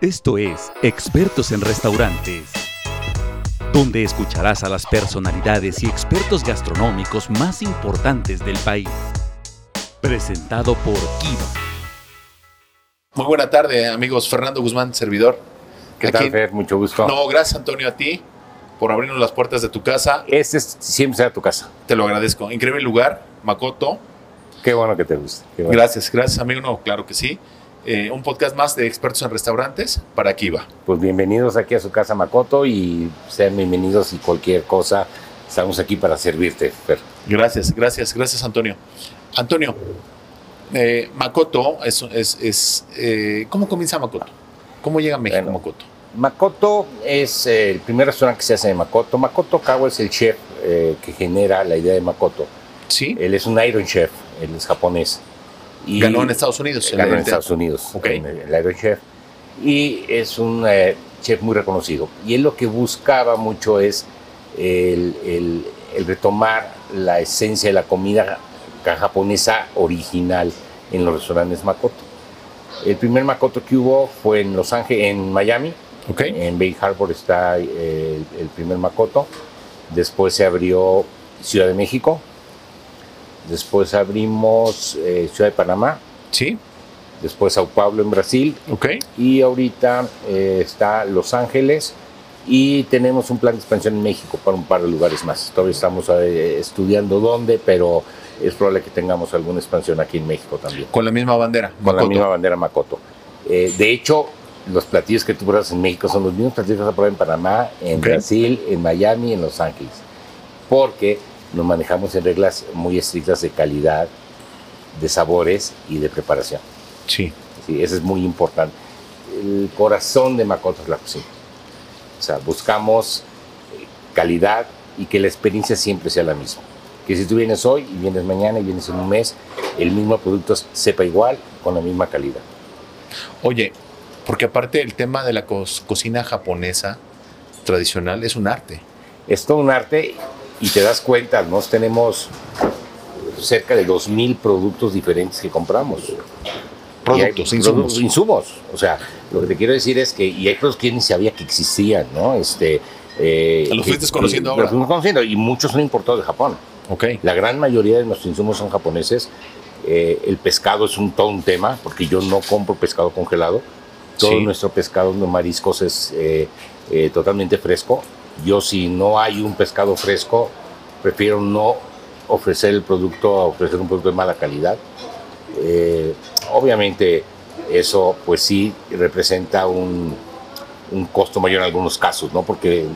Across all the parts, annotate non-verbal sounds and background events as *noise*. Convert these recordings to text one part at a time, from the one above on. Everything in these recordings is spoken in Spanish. Esto es Expertos en Restaurantes, donde escucharás a las personalidades y expertos gastronómicos más importantes del país. Presentado por Kiva. Muy buena tarde, amigos. Fernando Guzmán, servidor. ¿Qué tal, Fer? Mucho gusto. No, gracias, Antonio, a ti por abrirnos las puertas de tu casa. Este es- siempre será tu casa. Te lo agradezco. Increíble lugar, Makoto. Qué bueno que te guste. qué bueno. Gracias, gracias, amigo. No, claro que sí. Eh, un podcast más de expertos en restaurantes para Kiva. Pues bienvenidos aquí a su casa Makoto y sean bienvenidos y cualquier cosa. Estamos aquí para servirte, Fer. Gracias, gracias, gracias, Antonio. Antonio, eh, Makoto es. es, es, eh, ¿Cómo comienza Makoto? ¿Cómo llega a México Bueno. Makoto? Makoto es eh, el primer restaurante que se hace de Makoto. Makoto Kawa es el chef eh, que genera la idea de Makoto. Sí, Él es un Iron Chef, él es japonés. Y ganó en Estados Unidos. Eh, ganó en el- Estados Unidos, Ok. en el, el Iron Chef. Y es un eh, chef muy reconocido. Y él lo que buscaba mucho es el, el- el retomar la esencia de la comida ja- japonesa original en los restaurantes Makoto. El primer Makoto que hubo fue en Los Ángeles, en Miami. Ok, En Bay Harbor está eh, el, el primer Makoto. Después se abrió Ciudad de México. Después abrimos eh, Ciudad de Panamá sí, después Sao Paulo en Brasil ok. y ahorita eh, está Los Ángeles y tenemos un plan de expansión en México para un par de lugares más. Todavía estamos eh, estudiando dónde, pero es probable que tengamos alguna expansión aquí en México también. Con la misma bandera, Con la Makoto. misma bandera Makoto. Eh, de hecho, los platillos que tú pruebas en México son los mismos platillos que se prueban en Panamá, en Ok. Brasil, en Miami, en Los Ángeles. Porque nos manejamos en reglas muy estrictas de calidad, de sabores y de preparación. Sí. Sí, eso es muy importante. El corazón de Makoto es la cocina. O sea, buscamos eh, calidad y que la experiencia siempre sea la misma. Que si tú vienes hoy y vienes mañana y vienes en un mes, el mismo producto sepa igual, con la misma calidad. Oye, porque aparte el tema de la cos- cocina japonesa tradicional es un arte. Es todo un arte y te das cuenta, nos tenemos cerca de 2.000 productos diferentes que compramos. Y hay Productos, insumos. produ- insumos. O sea, lo que te quiero decir es que y hay productos que yo ni sabía que existían, ¿no? Este, eh, Los fuiste que- conociendo que- ahora. Los fuimos conociendo y muchos son importados de Japón. Ok. La gran mayoría de nuestros insumos son japoneses. Eh, el pescado es un, todo un tema porque yo no compro pescado congelado. Todo Sí. nuestro pescado, los mariscos, es eh, eh, totalmente fresco. Yo si no hay un pescado fresco, prefiero no ofrecer el producto, a ofrecer un producto de mala calidad. Eh, obviamente eso pues sí representa un, un costo mayor en algunos casos, ¿no? Porque eh,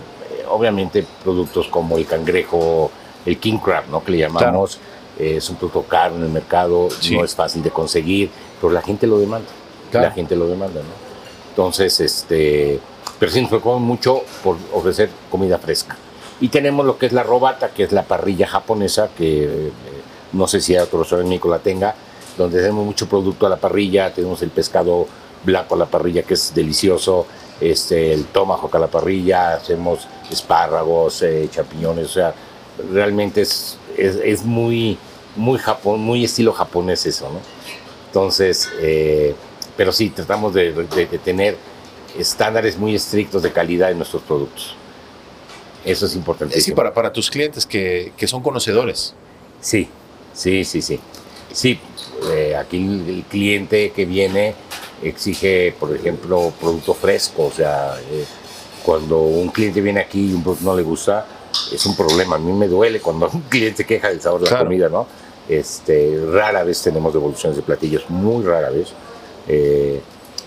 obviamente productos como el cangrejo, el king crab, ¿no? Que le llamamos, eh, es un producto caro en el mercado, Sí. no es fácil de conseguir, pero la gente lo demanda, Claro. la gente lo demanda, ¿no? Entonces, este, pero sí nos preocupamos mucho por ofrecer comida fresca. Y tenemos lo que es la robata, que es la parrilla japonesa, que eh, no sé si hay otro restaurante en México la tenga, donde tenemos mucho producto a la parrilla, tenemos el pescado blanco a la parrilla, que es delicioso, este, el tomahawk a la parrilla, hacemos espárragos, eh, champiñones, o sea, realmente es, es, es muy, muy Japón, muy estilo japonés eso, ¿no? Entonces, eh, pero sí, tratamos de, de- de tener estándares muy estrictos de calidad en nuestros productos. Eso es Sí, importantísimo. sí, para, para tus clientes que, que son conocedores. Sí, sí, sí, sí. Sí, eh, aquí el, el cliente que viene exige, por ejemplo, producto fresco. O sea, eh, cuando un cliente viene aquí y un producto no le gusta, es un problema. A mí me duele cuando *laughs* un cliente se queja del sabor de Claro. la comida, ¿no? Este, rara vez tenemos devoluciones de platillos, muy rara vez. Eh,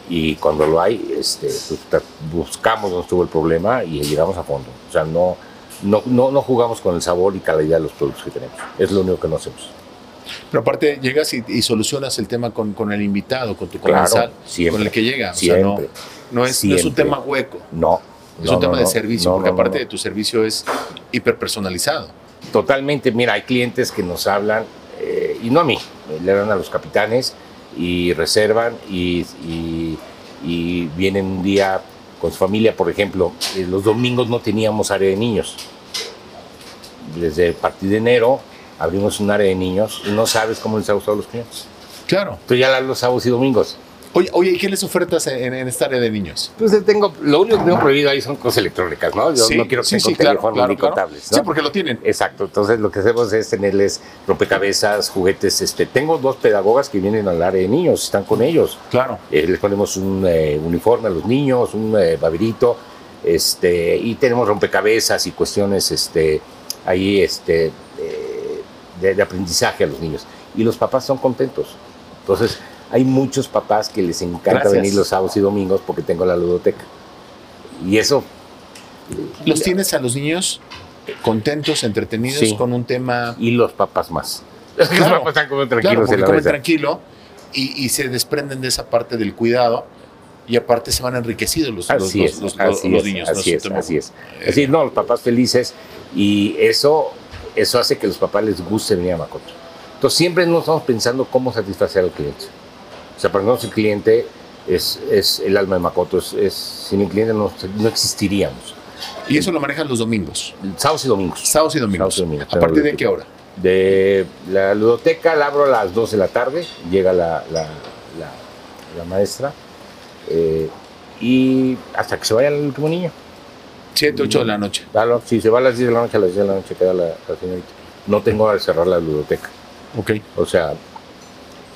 y cuando lo hay, este, pues, tra- buscamos dónde estuvo el problema y llegamos a fondo. O sea, no, no, no, no jugamos con el sabor y calidad de los productos que tenemos. Es lo único que no hacemos. Pero aparte llegas y, y solucionas el tema con, con el invitado, con tu Claro, comensal, siempre, con el que llega. O sea, Siempre. no, no, es, no es un Siempre. tema hueco, No. es no, un tema no, de no, servicio, no, porque no, no, aparte no. de tu servicio es hiperpersonalizado. Totalmente, mira, hay clientes que nos hablan, eh, y no a mí, eh, le hablan a los capitanes y reservan y, y- y vienen un día con su familia, por ejemplo, eh, los domingos no teníamos área de niños. Desde el partir de enero abrimos un área de niños y no sabes cómo les ha gustado a los clientes. Claro, Tú ya la los sábados y domingos. Oye, oye, ¿y qué les ofertas en, en esta área de niños? Entonces Pues, eh, tengo, lo único que tengo prohibido ahí son cosas electrónicas, ¿no? Yo Sí, no quiero que sí, tengan sí, claro, teléfonos claro, ni claro. contables. ¿no? Sí, porque lo tienen. Exacto, entonces lo que hacemos es tenerles rompecabezas, juguetes. Este, tengo dos pedagogas que vienen al área de niños, están con ellos. Claro. Eh, les ponemos un eh, uniforme a los niños, un eh, baberito, este, y tenemos rompecabezas y cuestiones este, ahí este, eh, de, de aprendizaje a los niños. Y los papás son contentos. Entonces, hay muchos papás que les encanta Gracias. venir los sábados y domingos porque tengo la ludoteca. Y eso, Los tienes a los niños contentos, entretenidos Sí. con un tema. y los papás más. los Claro. papás están como Claro, tranquilos porque en la comen mesa. tranquilo y, y se desprenden de esa parte del cuidado y aparte se van enriquecidos los, los- Así los- es, los- así los es, niños. ¿no? así Su es, tema- así es. eh, Así es, no, los papás felices y eso, eso hace que los papás les guste venir a Macoto. Entonces siempre no estamos pensando cómo satisfacer al cliente. O sea, para nosotros el cliente es, es el alma de Macoto, es, es- sin el cliente no, no existiríamos. Y eso lo manejan los domingos, Sábados y domingos. sábados y domingos. Sábados y domingos, ¿A partir de claro. qué hora? De la ludoteca la abro a las 2 de la tarde, llega la, la- la- la maestra eh, y hasta que se vaya el último niño. Siete, ocho de la noche. Ah, no, si se va a las 10 de la noche, a las 10 de la noche queda la, la señorita. No tengo que cerrar la biblioteca. Ok. O sea,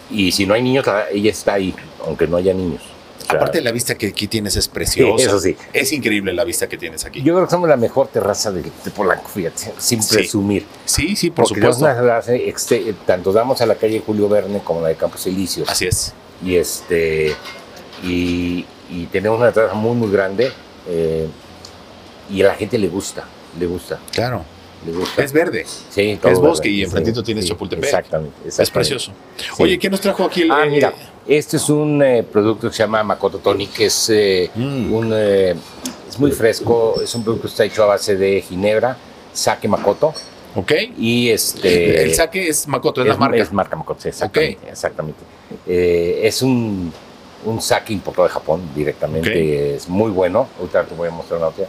y si no hay niños, la- ella está ahí, aunque no haya niños. O sea, Aparte, la vista que aquí tienes es sí, preciosa. eso sí. Es increíble la vista que tienes aquí. Yo creo que somos la mejor terraza de, de Polanco, fíjate, sin Sí, presumir. sí, sí, por Porque supuesto. tenemos una terraza exte- tanto damos a la calle Julio Verne como la de Campos Elíseos. Así es. y este y, y tenemos una terraza muy muy grande eh, y a la gente le gusta, le gusta, Claro. le gusta. Es verde. Sí, Es verde. bosque y enfrentito tienes Chapultepec. Exactamente, Es exactamente. precioso. Sí. Oye, ¿qué nos trajo aquí el.? Ah, eh, mira, este es un eh, producto que se llama Makoto Tonic, que es, eh, Mm. un, eh, es muy fresco, es un producto que está hecho a base de ginebra, sake Makoto, Ok. y este... el saque es Makoto, es, la marca. Eh, Es marca Makoto, sí, exactamente. exactamente. Eh, es un, un sake importado de Japón directamente, es muy bueno. Ahorita te voy a mostrar una botella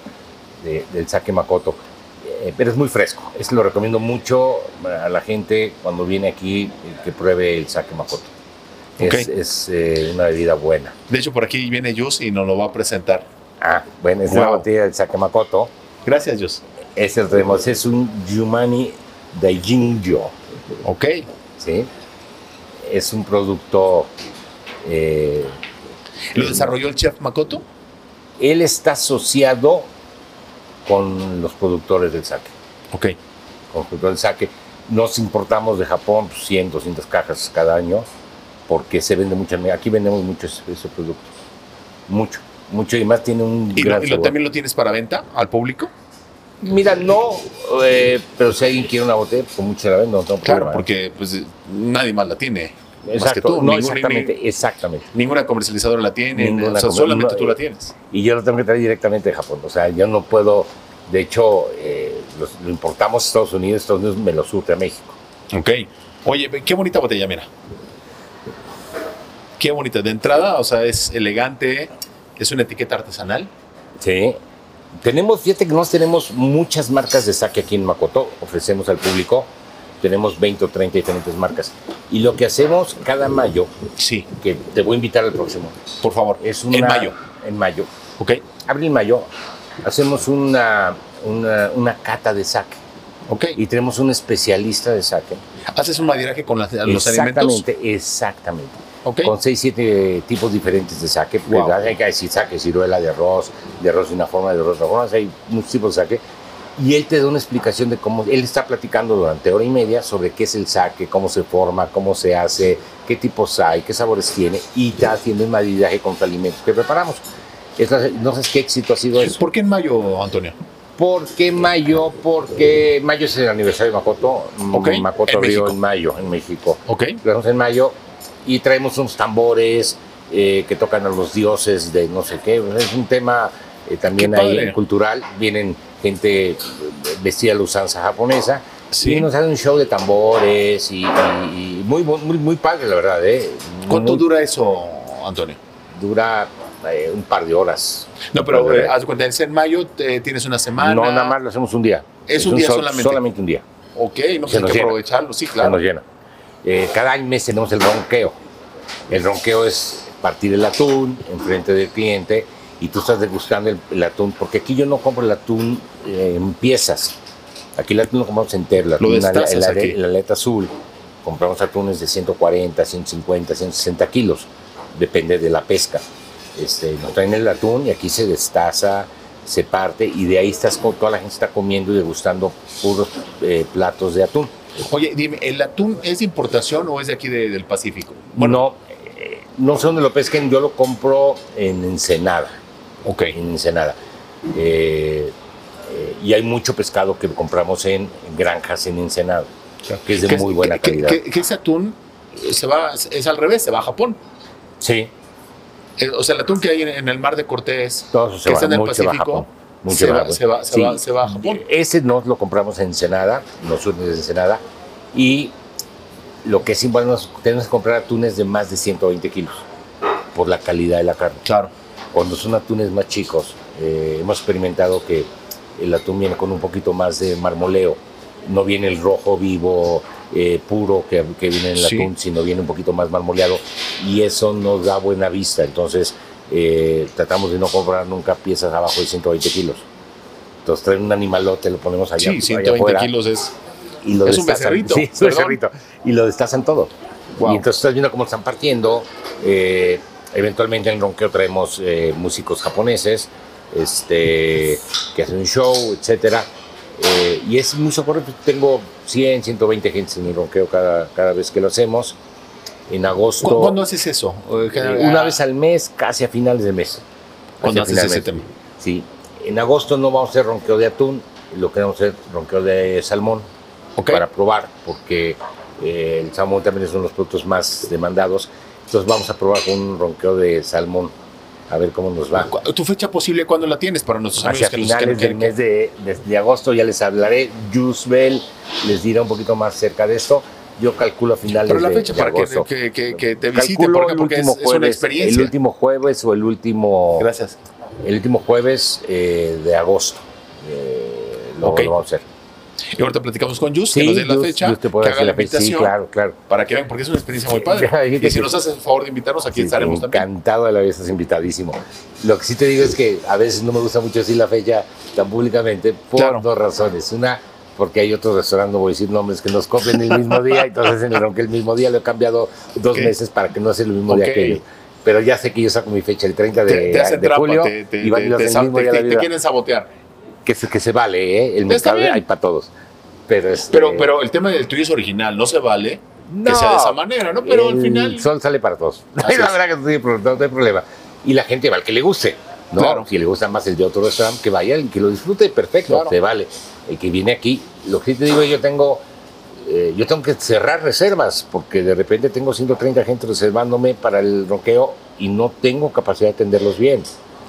de- del sake Makoto. Eh, pero es muy fresco, es, lo recomiendo mucho a la gente cuando viene aquí eh, que pruebe el sake Makoto. Es, Ok. es, eh, una bebida buena. De hecho, por aquí viene Jus y nos lo va a presentar. Ah, bueno, es una Wow. botella del sake Makoto. Gracias, Jus. Este lo tenemos, es un Yumani Daijinjo. Ok. ¿sí? Es un producto. eh, ¿Lo desarrolló el chef Makoto? él está asociado con los productores del saque. Ok. Con los productores del saque. Nos importamos de Japón pues, 100, 200 cajas cada año porque se vende mucho. Aquí vendemos mucho ese, ese producto. Mucho, mucho. Y más tiene un. ¿Y, lo- gran y lo- sabor. también lo tienes para venta al público? Mira, no, eh, pero si alguien quiere una botella, pues mucho la vendo. No tengo Claro, problema. porque pues, eh, nadie más la tiene. Exacto, más que tú, no, ningún- exactamente, exactamente. Ninguna comercializadora la tiene. Ninguna o sea, comer- solamente no, tú la eh, tienes. y yo lo tengo que traer directamente de Japón. O sea, yo no puedo, de hecho, eh, los- lo importamos a Estados Unidos, Estados Unidos me lo surte a México. Ok. Oye, ve, qué bonita botella, mira. Qué bonita. De entrada, o sea, es elegante, es una etiqueta artesanal. Sí. Tenemos, fíjate que nos tenemos muchas marcas de saque aquí en Makoto, ofrecemos al público, tenemos 20 o 30 diferentes marcas. Y lo que hacemos cada mayo, Sí, que te voy a invitar al próximo, por favor. es una... En mayo. En mayo. Ok, Abril-mayo, hacemos una, una, una cata de saque. ok. Y tenemos un especialista de saque. ¿Haces un maderaje con las- los alimentos? exactamente, exactamente. Ok. con 6, 7 tipos diferentes de saque. porque Wow. Hay que decir saque, ciruela de arroz, de arroz de una forma, de arroz de otra forma, o sea, hay muchos tipos de saque. Y él te da una explicación de cómo, él está platicando durante hora y media sobre qué es el saque, cómo se forma, cómo se hace, qué tipos hay, qué sabores tiene, y está haciendo el maridaje con los alimentos que preparamos. Entonces, no sé qué éxito ha sido eso. ¿Por qué en mayo, Antonio? ¿Por qué mayo? Porque mayo es el aniversario de Makoto. Ok, M- Makoto en abrió México. en mayo, en México Ok, lo hacemos en mayo y traemos unos tambores eh, que tocan a los dioses de no sé qué. Es un tema eh, también Qué padre. ahí cultural. Vienen gente eh, vestida a la usanza japonesa Sí. y nos hacen un show de tambores y, y- y muy, bu- muy, muy padre, la verdad. ¿eh? ¿cuánto Muy- dura eso, Antonio? Dura eh, un par de horas. No, pero eh, haz de cuenta, es en mayo, te- tienes una semana. no, nada más lo hacemos un día. Es un día sol- solamente. Solamente un día. Ok, no Se sé, hay nos que llena. aprovecharlo, sí, se nos claro. llena. Eh, cada mes tenemos el ronqueo. El ronqueo es partir el atún enfrente del cliente y tú estás degustando el, el atún, porque aquí yo no compro el atún eh, en piezas. Aquí el atún lo compramos entero, el atún, la, destazas la- la- aquí. la aleta azul. Compramos atunes de 140, 150, 160 kilos, depende de la pesca. Este, nos traen el atún y aquí se destaza, se parte y de ahí estás con, toda la gente está comiendo y degustando puros eh, platos de atún. Oye, dime, ¿el atún es de importación o es de aquí de- del Pacífico? Bueno, eh, no sé dónde lo pesquen, yo lo compro en Ensenada. Ok. En Ensenada. Eh, eh, y hay mucho pescado que compramos en granjas en Ensenada, que es de Que muy buena que- calidad. Que, que ese atún eh, se va, es al revés, se va a Japón. sí, Eh, O sea, el atún que hay en, en el mar de Cortés, todo eso se que va, está en el mucho se va a Pacífico, Japón, mucho se, va a va, Japón. se, va, se, Sí. Eh, va, se va a Japón. Ese nos lo compramos en Ensenada, nosotros de Ensenada, y lo que es igual, nos tenemos que comprar atunes de más de 120 kilos por la calidad de la carne. Claro. Cuando son atunes más chicos, eh, hemos experimentado que el atún viene con un poquito más de marmoleo. No viene el rojo vivo eh, puro que, que viene en el Sí. atún, sino viene un poquito más marmoleado. Y eso nos da buena vista. Entonces, eh, tratamos de no comprar nunca piezas abajo de 120 kilos. Entonces, traen un animalote, lo ponemos allá, sí, allá 120 afuera kilos es. y lo Es un destazan. becerrito, Sí, es un perdón. becerrito. Y lo destazan todo. Wow. Y entonces estás viendo cómo están partiendo. eh, eventualmente en Ronqueo traemos eh, músicos japoneses este, que hacen un show, etcétera. Eh, y es muy socorrido. Tengo 100, 120 gentes en el Ronqueo cada, cada vez que lo hacemos. En agosto, ¿Cu- ¿Cuándo haces eso? Eh, eh, general- una vez al mes, casi a finales de mes. cuando Casi a haces finales ese de tema. mes. Sí. En agosto no vamos a hacer Ronqueo de atún, lo que vamos a hacer es Ronqueo de salmón Ok. para probar, porque eh, el salmón también es uno de los productos más demandados. Entonces vamos a probar con un ronqueo de salmón, a ver cómo nos va. ¿Cu- ¿Tu fecha posible cuándo la tienes para nuestros amigos Hacia que los finales del mes de, de- de agosto ya les hablaré, Yusbel les dirá un poquito más cerca de esto. Yo calculo a finales Pero la de- fecha de para que, agosto. que- que- que te visiten Calculo por acá, el porque es, último es una jueves, El experiencia. último jueves o el último, Gracias. el último jueves eh, de agosto. eh, lo, Ok. lo vamos a hacer. Y ahorita platicamos con Jus, que nos dé la Yus- fecha, Yus te que puede haga decir la la fecha. Sí, invitación, claro, claro. para que vean, porque es una experiencia muy *laughs* padre. Ya dijiste Y si que- nos haces el favor de invitarnos, aquí Sí, estaremos también. Encantado de la vida, estás invitadísimo. Lo que sí te digo es que a veces no me gusta mucho decir la fecha tan públicamente por Claro. dos razones. Una, porque hay otros restaurantes, no voy a decir nombres, que nos copian el *laughs* mismo día, entonces en el que el mismo día lo he cambiado dos Ok. meses para que no sea el mismo Ok. día que ellos. Pero ya sé que yo saco mi fecha el 30 de, Te, te hacen de trampa, julio te, te- y van te- y lo te hacen sa- el mismo te- día de te- la te vida. quieren sabotear. que, se, que se vale, ¿eh? El Está mercado bien. hay para todos. Pero, este, Pero, pero el tema del tuyo es original, no se vale que no, sea de esa manera, ¿no? Pero al el final. sol sale para todos. Así *laughs* la es. verdad que no tiene pro- no no hay problema. Y la gente va al que le guste. ¿no? Claro. Si le gusta más el de otro restaurante, que vaya, el que lo disfrute, perfecto, Claro. te vale. El que viene aquí, lo que te digo, yo tengo, eh, yo tengo que cerrar reservas, porque de repente tengo 130 gente reservándome para el roqueo y no tengo capacidad de atenderlos bien.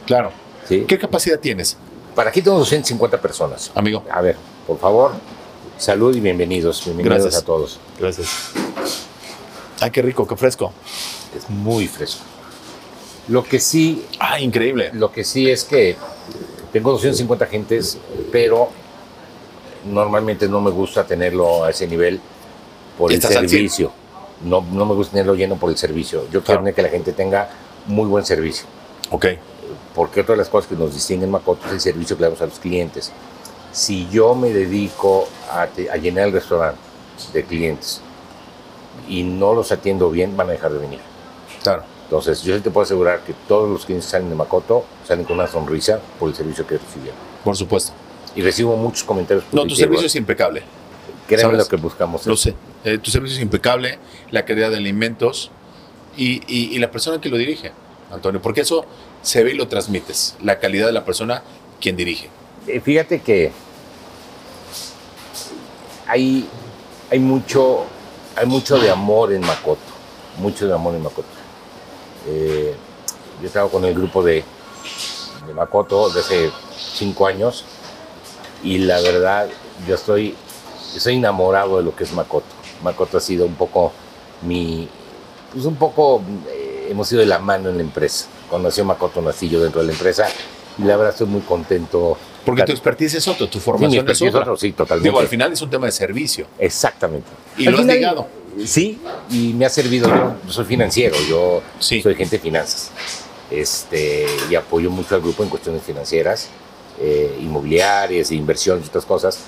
Claro. ¿sí? ¿Qué capacidad tienes, Para aquí tengo 250 personas. amigo? A ver, por favor, salud y bienvenidos. Bienvenidos Gracias. a todos. Gracias. Ay, qué rico, qué fresco. Es muy fresco. Lo que sí Ah, increíble. Lo que sí es que tengo 250 gentes, pero normalmente no me gusta tenerlo a ese nivel por el Estás al cien. servicio. No, no me gusta tenerlo lleno por el servicio. Yo Claro. quiero que la gente tenga muy buen servicio. Ok. Porque otra de las cosas que nos distingue en Macoto es el servicio que le damos a los clientes. Si yo me dedico a, te- a llenar el restaurante de clientes y no los atiendo bien, van a dejar de venir. Claro. Entonces, yo sí te puedo asegurar que todos los que salen de Makoto salen con una sonrisa por el servicio que recibieron. Por supuesto. Y recibo muchos comentarios No, tu positivos. servicio es impecable. Créeme sabes, lo que buscamos. Lo sé. Eh, tu servicio es impecable, la calidad de alimentos y, y- y la persona que lo dirige, Antonio. Porque eso se ve y lo transmites. La calidad de la persona quien dirige. Eh, Fíjate que hay, hay, mucho, hay mucho de amor en Makoto. Mucho de amor en Makoto. Eh, yo trabajo con el grupo de, de Makoto desde hace cinco años y la verdad yo estoy, yo estoy enamorado de lo que es Makoto. Makoto ha sido un poco mi, pues un poco eh, hemos ido de la mano en la empresa. Cuando nació Makoto nací yo dentro de la empresa y la verdad estoy muy contento. Porque tu Claro. expertise es otro, tu Sí, mi formación es expertise es otra. otro, sí, totalmente. Digo, al final es un tema de servicio. Exactamente. Y Al lo has final, ligado. sí, y me ha servido. Yo soy financiero, yo Sí. soy gente de finanzas. Este, y apoyo mucho al grupo en cuestiones financieras, eh, inmobiliarias, inversiones y otras cosas.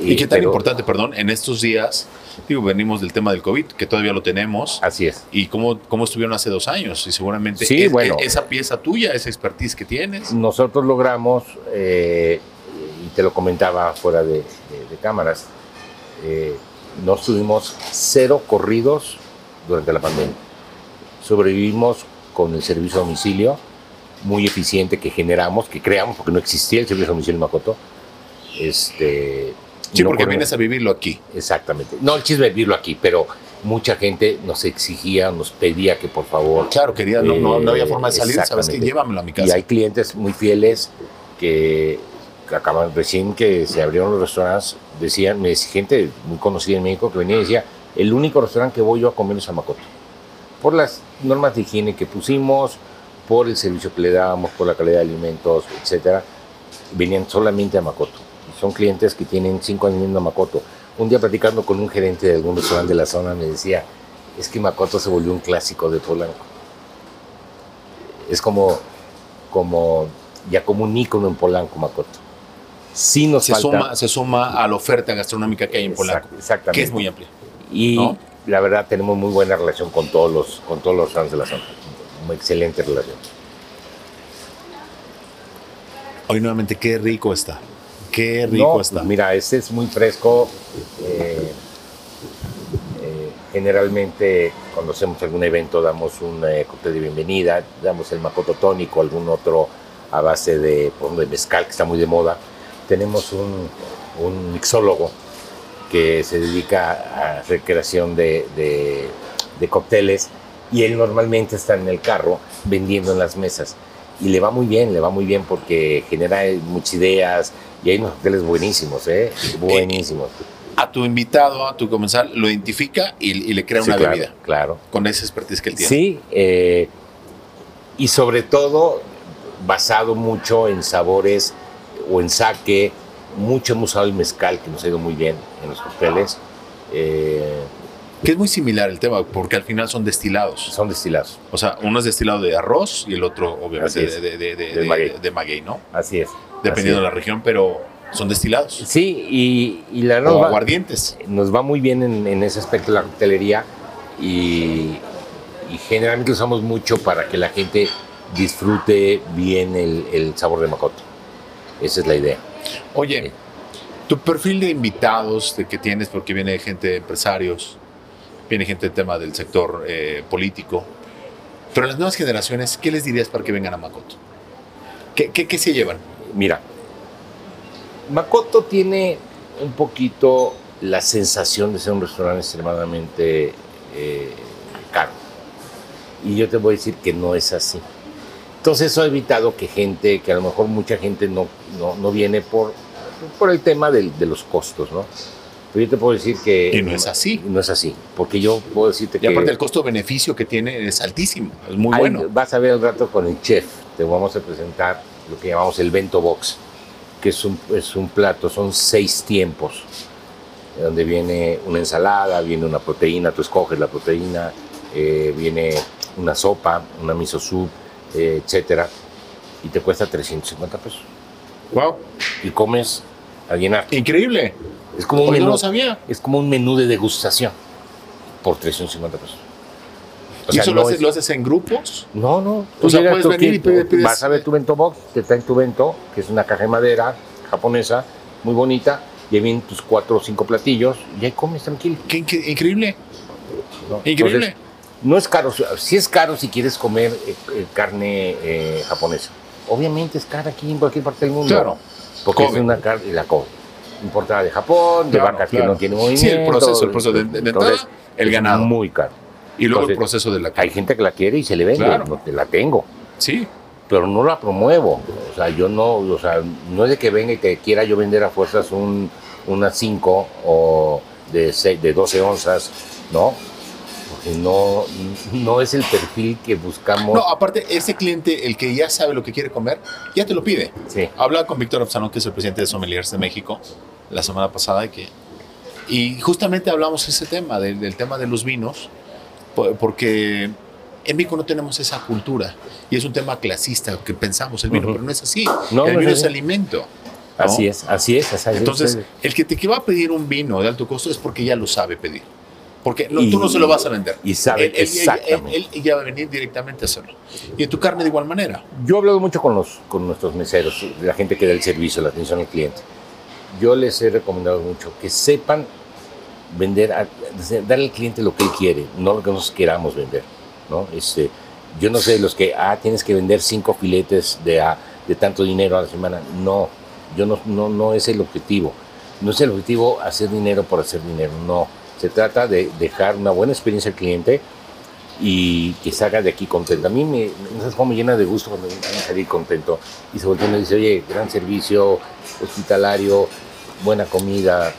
¿Y Eh, qué tan pero- importante, perdón, en estos días, digo, venimos del tema del COVID, que todavía lo tenemos, Así es. y cómo, cómo estuvieron hace dos años, y seguramente Sí, es- bueno. Mm, es- esa pieza tuya, esa expertise que tienes. Nosotros logramos, eh, y te lo comentaba fuera de, de- de cámaras, eh, nos tuvimos cero corridos durante la pandemia. Sobrevivimos con el servicio a domicilio muy eficiente que generamos, que creamos porque no existía el servicio a domicilio en Macoto. Este, Sí, no porque corre- vienes a vivirlo aquí. Exactamente. No, el chisme es vivirlo aquí, pero mucha gente nos exigía, nos pedía que por favor Claro, querida, no, no, no había Eh, forma de salir, sabes que exactamente. llévamelo a mi y casa. hay clientes muy fieles que que acaban recién que se abrieron los restaurantes, decían, me decía gente muy conocida en México que venía y decía, el único restaurante que voy yo a comer es a Macoto. Por las normas de higiene que pusimos, por el servicio que le dábamos, por la calidad de alimentos, etcétera, venían solamente a Macoto. Y Son clientes que tienen cinco años yendo a Macoto. Un día platicando con un gerente de algún restaurante de la zona me decía, es que Macoto se volvió un clásico de Polanco. Es como, como, ya como un ícono en Polanco, Macoto. Sí nos se, falta- suma, se suma a la oferta gastronómica que hay en Polanco, Exact- Exactamente. que es muy amplia. Y ¿No? la verdad tenemos muy buena relación con todos los con todos los fans de la zona. Una excelente relación. Hoy nuevamente, qué rico está. Qué rico No, está. Mira, este es muy fresco. eh, eh, generalmente cuando hacemos algún evento damos un eh, cóctel de bienvenida, damos el macoto tónico, algún otro a base de, por ejemplo, de mezcal que está muy de moda. Tenemos un, un mixólogo que se dedica a recreación de, de- de cócteles y él normalmente está en el carro vendiendo en las mesas. Y le va muy bien, le va muy bien porque genera eh, muchas ideas y hay unos cócteles buenísimos, ¿eh? Buenísimos. A tu invitado, a tu comensal, lo identifica y, y le crea Sí, una claro, bebida Claro. con esa expertise que él tiene. Sí, eh, y sobre todo basado mucho en sabores o en saque. Mucho hemos usado el mezcal, que nos ha ido muy bien en los cócteles. eh, Que es muy similar el tema, porque al final son destilados. son destilados. O sea, uno es destilado de arroz y el otro, obviamente, Así es. de, de, de- de- De maguey. de maguey, ¿no? Así es. Dependiendo Así de la región, pero son destilados. Sí, y, y la O nueva aguardientes. nos va muy bien en, en ese aspecto de la coctelería y, y generalmente usamos mucho para que la gente disfrute bien el, el sabor de macoto. Esa es la idea. Oye, tu perfil de invitados de que tienes, porque viene gente de empresarios, viene gente del tema del sector eh, político, pero las nuevas generaciones, ¿qué les dirías para que vengan a Makoto? ¿Qué, qué- qué se llevan? Mira, Makoto tiene un poquito la sensación de ser un restaurante extremadamente eh, caro. Y yo te voy a decir que no es así. Entonces eso ha evitado que gente, que a lo mejor mucha gente no, no, no viene por, por el tema del- de los costos, ¿no? Pero yo te puedo decir que... Y no es así. No es así, porque yo puedo decirte Y que... aparte el costo-beneficio que tiene es altísimo, es muy Ahí bueno. Vas a ver el rato con el chef. Te vamos a presentar lo que llamamos el bento box, que es un, es un plato, son seis tiempos, donde viene una ensalada, viene una proteína, tú escoges la proteína, eh, viene una sopa, una miso soup, eh, etcétera, y te cuesta 350 pesos. ¡Wow! Y comes a llenar. Increíble. Es como un Hoy no menú, lo sabía. es como un menú de degustación por 350 pesos. O ¿Y sea, eso no lo, haces, es- lo haces en grupos? no, no. O sea, llegas puedes tú venir y aquí, pides- pides- Vas a ver tu bento box, te traen tu bento, que es una caja de madera japonesa, muy bonita, y ahí vienen tus cuatro o cinco platillos, y ahí comes tranquilo. ¡Qué incre- increíble! ¿no? ¡Increíble! Entonces, no es caro, sí es caro si quieres comer eh, eh, carne eh, japonesa. Obviamente es cara aquí en cualquier parte del mundo. Claro. Porque Kobe. es una carne, la Kobe. Importada de Japón, de Claro, vacas claro. que no tienen movimiento. Sí, el proceso, el proceso de, de- de entrada, Entonces, el es ganado. Muy caro. y luego el entonces, proceso de la Hay calle. gente que la quiere y se le vende, Claro. no te la tengo. Sí, pero no la promuevo. O sea, yo no, o sea, no es de que venga y te quiera yo vender a fuerzas un, una 5 o de, seis- de 12 onzas, ¿no? Porque no, no es el perfil que buscamos. No, aparte, ese cliente, el que ya sabe lo que quiere comer, ya te lo pide. Sí. Hablaba con Víctor Absalón, que es el presidente de Sommeliers de México, la semana pasada, y que Y justamente hablamos ese tema, del, del tema de los vinos, po- porque en México no tenemos esa cultura y es un tema clasista que pensamos el vino, Ujú. pero no es así. No, el no vino es es así. alimento. ¿no? Así es, así es. así es. Entonces, el que te que va a pedir un vino de alto costo es porque ya lo sabe pedir. Porque no- Y- tú no se lo vas a vender. y sabe él, él- él- exactamente. él- él ya va a venir directamente a hacerlo. Y en tu carne de igual manera. Yo he hablado mucho con, los, con nuestros meseros, la gente que da el servicio, la atención al cliente. Yo les he recomendado mucho que sepan vender, a- darle al cliente lo que él quiere, no lo que nos queramos vender. ¿no? Este, yo no sé, los que, ah, tienes que vender cinco filetes de, a- de tanto dinero a la semana. No, yo no, no, no es el objetivo. No es el objetivo hacer dinero por hacer dinero, no. Se trata de dejar una buena experiencia al cliente y que salga de aquí contento. A mí me, no sabes cómo me llena de gusto cuando me a salir contento. Y se voltea y me dice, oye, gran servicio, hospitalario, buena comida,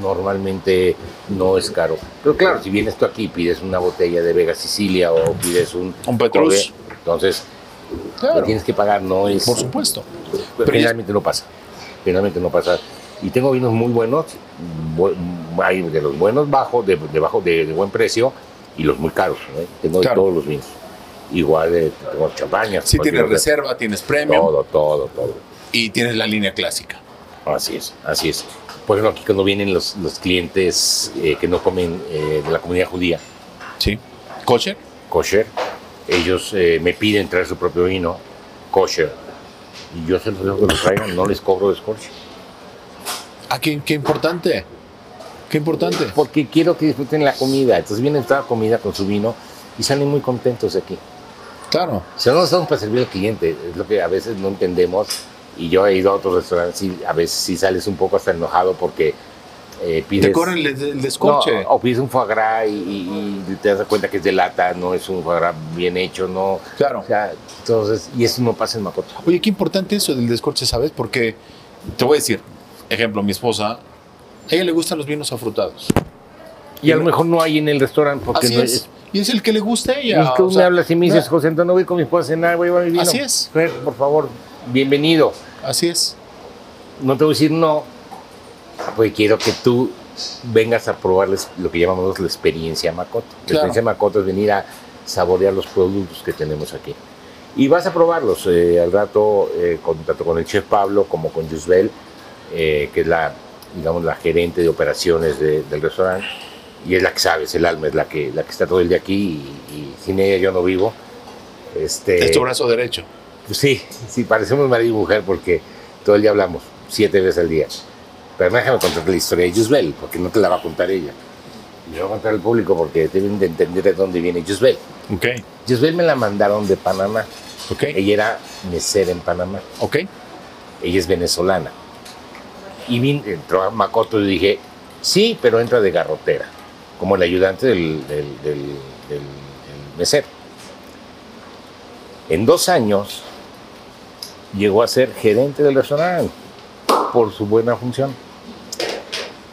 normalmente no es caro. Pero claro, si vienes tú aquí y pides una botella de Vega Sicilia o pides un... Un Petrus. Corbe, Entonces, lo tienes que pagar, no es... Por supuesto. Pero generalmente no pasa. Generalmente no pasa. Y tengo vinos muy buenos, bu- hay de los buenos bajos, de, de bajo, de, de buen precio, y los muy caros. ¿no? Tengo Claro. de todos los vinos. Igual eh, tengo champañas. Si cualquier tienes otra- reserva, tienes premium Todo, todo, todo. y tienes la línea clásica. Así es, así es. Por ejemplo, aquí cuando vienen los, los clientes eh, que no comen eh, de la comunidad judía, ¿Sí? ¿Kosher? kosher, ellos eh, me piden traer su propio vino, kosher. Y yo se los dejo que los traigan, no les cobro descorche. Ah, qué, qué importante. Qué importante. porque quiero que disfruten la comida. Entonces vienen toda comida con su vino y salen muy contentos de aquí. Claro. O sea, no son para servir al cliente, es lo que a veces no entendemos. Y yo he ido a otros restaurantes y a veces sí sales un poco hasta enojado porque eh, pides... Te corren el, el descorche. No, o pides un foie gras y, y- y te das cuenta que es de lata, no es un foie gras bien hecho, no... Claro. O sea, entonces, y eso no pasa en Macoto. Oye, qué importante eso del descorche, ¿sabes? Porque te voy a decir, ejemplo, mi esposa, a ella le gustan los vinos afrutados. Y a lo mejor no hay en el restaurante porque Así no es. Y es el que le gusta a ella. Es que o tú me sea, hablas y me dices, no. José Antonio, voy con mi esposa a cenar, voy a llevar mi vino. Así es. Fer, por favor, bienvenido. Así es. No te voy a decir no, porque quiero que tú vengas a probarles lo que llamamos la experiencia Macoto. La Claro. experiencia Macoto es venir a saborear los productos que tenemos aquí. Y vas a probarlos eh, al rato, eh, con, tanto con el chef Pablo como con Yusbel, eh, que es la, digamos, la gerente de operaciones de- del restaurante. Y es la que sabe, es el alma, es la que, la que está todo el día aquí y, y sin ella yo no vivo. Este, es tu brazo derecho. pues sí, sí, parecemos marido y mujer porque todo el día hablamos, siete veces al día. Pero déjame contarte la historia de Yusbel, porque no te la va a contar ella. Y la va a contar al público porque deben de entender de dónde viene Yusbel. Ok. Yusbel me la mandaron de Panamá. Ok. Ella era mesera en Panamá. Ok. Ella es venezolana. Y vin- entró a Macoto y dije, sí, pero entra de garrotera, como el ayudante del, del- del- del- del mesero. En dos años llegó a ser gerente del restaurante por su buena función.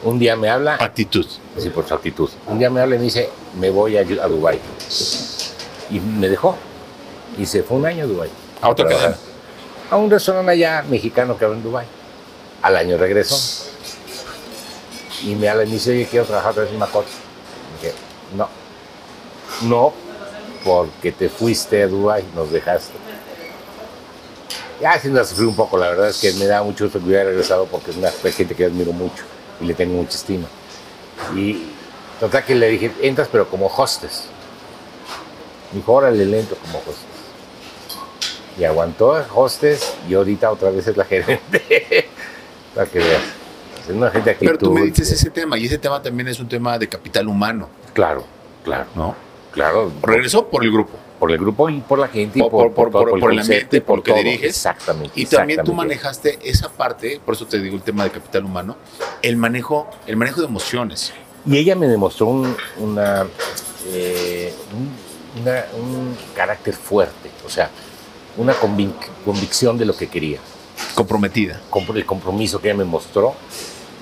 Un día me habla, Actitud. sí, por su actitud, un día me habla y me dice, me voy a, a Dubái. Y me dejó. Y se fue un año a Dubái A otra trabajar. cadena. A un restaurante allá mexicano que abre en Dubái. Al año regresó. Y me habla y me dice, oye, quiero trabajar otra vez en Macoto. Dije, no. No, porque te fuiste a Dubái, nos dejaste. Ya sí la sufrí un poco, la verdad es que me da mucho gusto que hubiera regresado porque es una gente que admiro mucho y le tengo mucha estima. Y total que le dije, entras pero como hostes. Me dijo, órale, lento como hostes. Y aguantó a hostes y ahorita otra vez es la gerente. *laughs* Para que veas. Es una gente aquí. Pero tú me dices ese tema y ese tema también es un tema de capital humano, Claro, claro, ¿no? claro. Regresó por el grupo. Por el grupo y por la gente y Por- por, por- por- todo, por- por el concepto ambiente, y por lo que todo. diriges. Exactamente. Y también tú exactamente. manejaste esa parte, por eso te digo el tema de capital humano, el manejo, el manejo de emociones. Y ella me demostró un, una, eh, un- una- un carácter fuerte, o sea, una convic- convicción de lo que quería. Comprometida. Compro- El compromiso que ella me mostró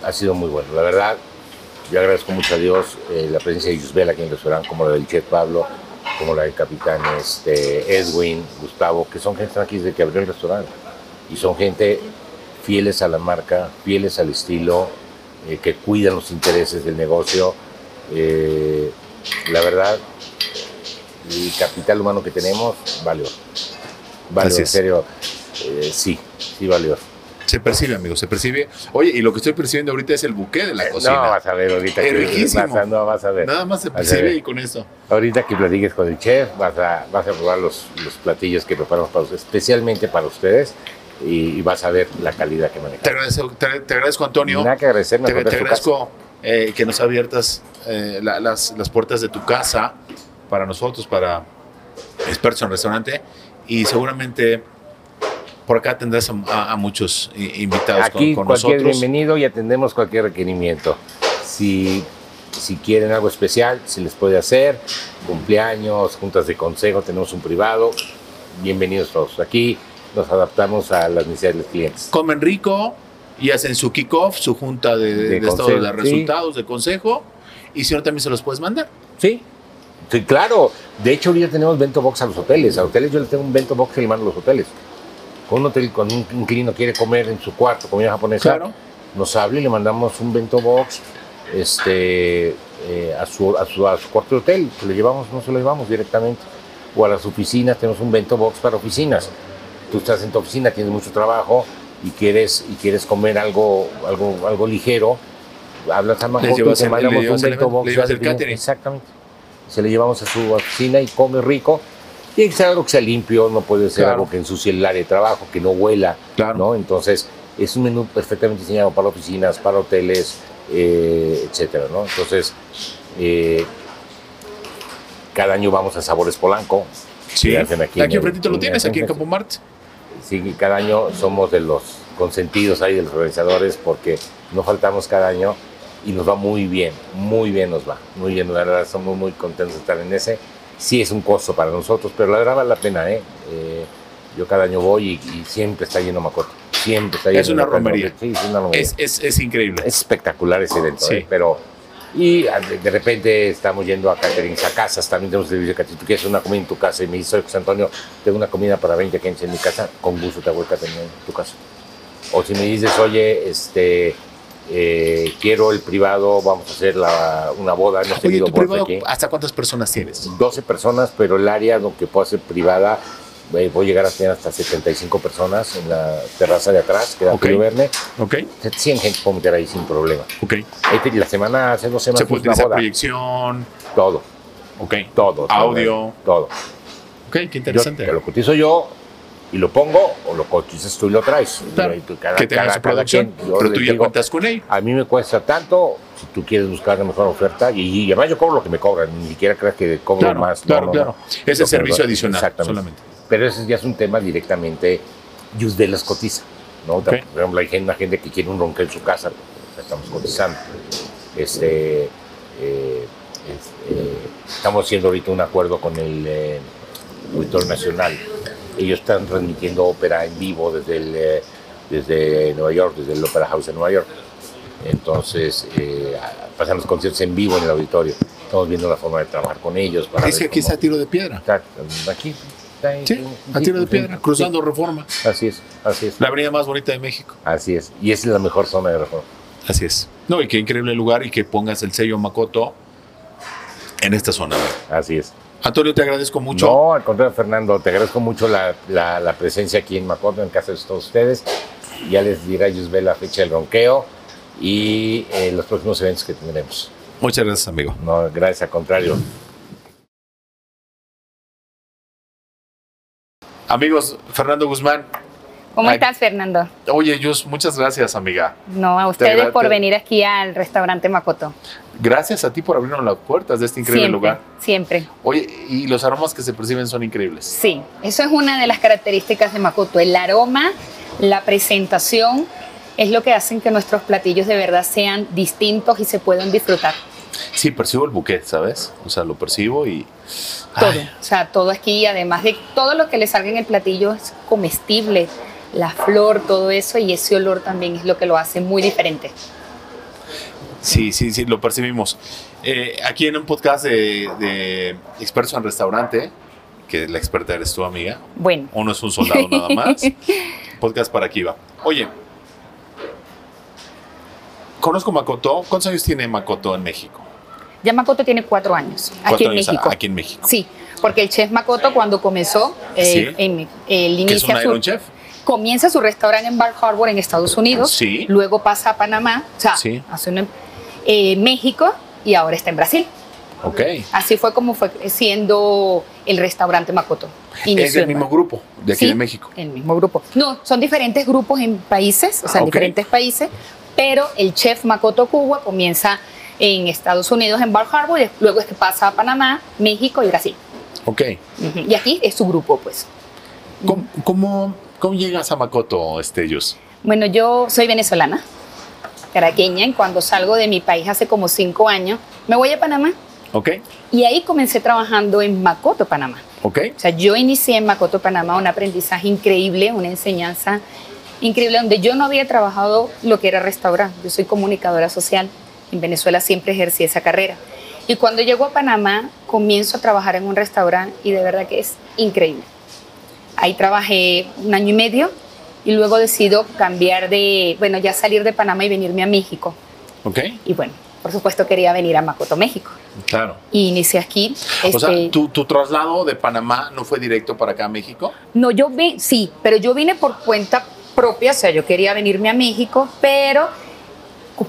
ha sido muy bueno. La verdad, yo agradezco mucho a Dios eh, la presencia de Yusbel aquí en el restaurante, como la del chef Pablo, como la del capitán este, Edwin, Gustavo, que son gente aquí desde que abrió el restaurante. Y son gente fieles a la marca, fieles al estilo, eh, que cuidan los intereses del negocio. Eh, la verdad, el capital humano que tenemos vale oro. Vale oro, Así en es. serio. eh, sí, sí vale oro. Se percibe, amigo, se percibe. Oye, y lo que estoy percibiendo ahorita es el buque de la Eh, No, cocina. vas a ver ahorita. Es que- riquísimo. vas a- no, vas a ver. Nada más se Vas a percibe ver. y con eso. Ahorita que platiques con el chef, vas a, vas a probar los, los platillos que preparamos para ustedes, especialmente para ustedes, y, y vas a ver la calidad que Te manejamos. agradezco, te, te agradezco Antonio. Nada que agradecer, nos Te, vemos te en su casa. agradezco eh, que nos abiertas eh, la- las, las puertas de tu casa para nosotros, para expertos en restaurante. Y seguramente por acá tendrás a, a- a muchos i- invitados con- Aquí con, cualquier nosotros. bienvenido y atendemos cualquier requerimiento. Si, si quieren algo especial, se les puede hacer, cumpleaños, juntas de consejo, tenemos un privado, bienvenidos todos. Aquí nos adaptamos a las necesidades de los clientes. Comen rico y hacen su kickoff, su junta de, de estado consejo, de sí. resultados, de consejo. Y si no, también se los puedes mandar. Sí. Sí, claro. De hecho, ahorita tenemos bento box a los hoteles. A hoteles yo les tengo un bento box que le mando a los hoteles. Con un hotel, con un inquilino quiere comer en su cuarto comida japonesa, Claro. nos habla y le mandamos un bento box este, eh, a, su, a, su, a su cuarto de hotel. Se lo llevamos, no se lo llevamos directamente. O a las oficinas, tenemos un bento box para oficinas. Tú estás en tu oficina, tienes mucho trabajo y quieres, y quieres comer algo, algo, algo ligero. Hablas a Majoto y llevas te el- le mandamos un llevas el bento evento, box. le llevas ya el tiene- catering. Exactamente. Se le llevamos a su oficina y come rico. Tiene que ser algo que sea limpio, no puede ser Claro. algo que ensucie el área de trabajo, que no huela. Claro. ¿no? Entonces, es un menú perfectamente diseñado para oficinas, para hoteles, eh, etcétera, ¿no? Entonces, eh, cada año vamos a Sabores Polanco. Sí. que Aquí, hacen en el- enfrentito lo tienes, aquí en Campo Marte. Sí, y cada año somos de los consentidos ahí, de los organizadores, porque no faltamos cada año y nos va muy bien, muy bien nos va, muy bien, la verdad, somos muy contentos de estar en ese. Sí es un costo para nosotros, pero la verdad vale la pena, ¿eh? Eh, yo cada año voy y, y siempre está lleno Macoto, siempre está lleno. Es una Macoto. romería. Sí, es una romería. Es, Es, es, es increíble. espectacular ese evento, Sí. ¿eh? Pero... Y a- de de repente estamos yendo a caterings a casas, también tenemos servicio de catering. Tú quieres una comida en tu casa y me dice, "Oye, José Antonio, tengo una comida para 20 gente en mi casa, con gusto te hago el catering en tu casa. O si me dices, oye, este, eh, quiero el privado, vamos a hacer la- una boda, no sé, Ah, Oye, digo, tu privado, aquí. ¿hasta cuántas personas tienes? 12 personas, pero el área lo que puedo hacer privada, eh, voy a llegar a tener hasta 75 personas en la terraza de atrás, que da Ok. Julio Verne. Ok, 100 gente puedo meter ahí sin problema. ok. Este, la semana, hace dos semanas, Se puede es una utilizar boda. proyección. Todo. Ok. todo. todo, Audio. eh, Todo. Ok, qué Yo interesante. te lo cotizo yo y lo pongo, o lo cotizas tú y lo traes. Claro, Y tú cada- que tenga cada- su cada producción, quien, yo pero le tú ya digo, cuentas con él. A mí me cuesta tanto, si tú quieres buscar la mejor oferta, y, y además yo cobro lo que me cobran, ni siquiera creas que cobro Claro, más. no, claro, no, no. claro. Es Lo el que servicio me- adicional Exactamente. solamente. Pero ese ya es un tema directamente, de las cotiza. ¿no? Ok. Por ejemplo, hay gente- una gente que quiere un ronquel en su casa, pues, la estamos cotizando. Este, eh, es- eh, estamos haciendo ahorita un acuerdo con el eh, Auditor Nacional. Ellos están transmitiendo ópera en vivo desde, el, eh, desde Nueva York, desde el Opera House de Nueva York. Entonces, eh, pasan los conciertos en vivo en el auditorio. Estamos viendo la forma de trabajar con ellos. para Es que ver aquí cómo- está a tiro de piedra. Está aquí. está ahí, Sí, a tiro de sí, piedra, sí. cruzando Reforma, Así es, así es. la avenida más bonita de México. Así es. Y esa es la mejor zona de reforma. Así es. No, y qué increíble lugar y que pongas el sello Makoto en esta zona. Así es. Antonio, te agradezco mucho. No, al contrario, Fernando, te agradezco mucho la, la- la presencia aquí en Macondo, en casa de todos ustedes. Ya les dirá Yusbel la fecha del ronqueo y eh, los próximos eventos que tendremos. Muchas gracias, amigo. No, gracias, al contrario. Amigos, Fernando Guzmán. ¿Cómo Ay. estás, Fernando? Oye, Yus, muchas gracias, amiga. No, a ustedes agra- te- por venir aquí al restaurante Makoto. Gracias a ti por abrirnos las puertas de este increíble siempre, lugar. Siempre, Oye, y los aromas que se perciben son increíbles. sí. Eso es una de las características de Makoto. El aroma, la presentación, es lo que hacen que nuestros platillos de verdad sean distintos y se puedan disfrutar. Sí, percibo el buquet, ¿sabes? O sea, lo percibo y... Todo. Ay, O sea, todo aquí, además de todo lo que le salga en el platillo es comestible. La flor, todo eso, y ese olor también es lo que lo hace muy diferente. sí, sí, sí, lo percibimos. Eh, aquí en un podcast de, de expertos en restaurante, que la experta eres tú, amiga. Bueno, Uno es un soldado *laughs* nada más. Podcast para aquí va. Oye, Conozco Makoto. ¿Cuántos años tiene Makoto en México? Ya Makoto tiene cuatro años aquí ¿Cuántos en años a- México. Aquí en México. Sí, porque el chef Makoto cuando comenzó, eh, Sí. en- él ¿Que es un inicia Iron su, Chef? comienza su restaurante en Bar Harbor en Estados Unidos, Sí. luego pasa a Panamá, o sea, Sí. hace una- eh, México y ahora está en Brasil. Ok. Así fue como fue siendo el restaurante Makoto. Es del Inició en mismo Bar- grupo de aquí Sí, de México. El mismo grupo. No, son diferentes grupos en países, o Ah, sea, en ok. diferentes países, pero el chef Makoto Cuba comienza en Estados Unidos, en Bar Harbor, y luego es que pasa a Panamá, México y Brasil. Ok. Ujú. Y aquí es su grupo, pues. ¿Cómo, cómo, cómo llegas a Makoto, este, Yus? Bueno, yo soy venezolana, caraqueña, y cuando salgo de mi país hace como cinco años, me voy a Panamá Ok. y ahí comencé trabajando en Makoto, Panamá. Ok. O sea, yo inicié en Makoto, Panamá, un aprendizaje increíble, una enseñanza increíble, donde yo no había trabajado lo que era restaurar. Yo soy comunicadora social. En Venezuela siempre ejercí esa carrera. Y cuando llego a Panamá, comienzo a trabajar en un restaurante y de verdad que es increíble. Ahí trabajé un año y medio y luego decido cambiar de, bueno, ya salir de Panamá y venirme a México. Ok. Y bueno, por supuesto quería venir a Makoto, México. Claro. Y inicié aquí. O sea, este- ¿tu, tu traslado de Panamá no fue directo para acá a México. No, yo vi, sí, pero yo vine por cuenta propia, o sea, yo quería venirme a México, pero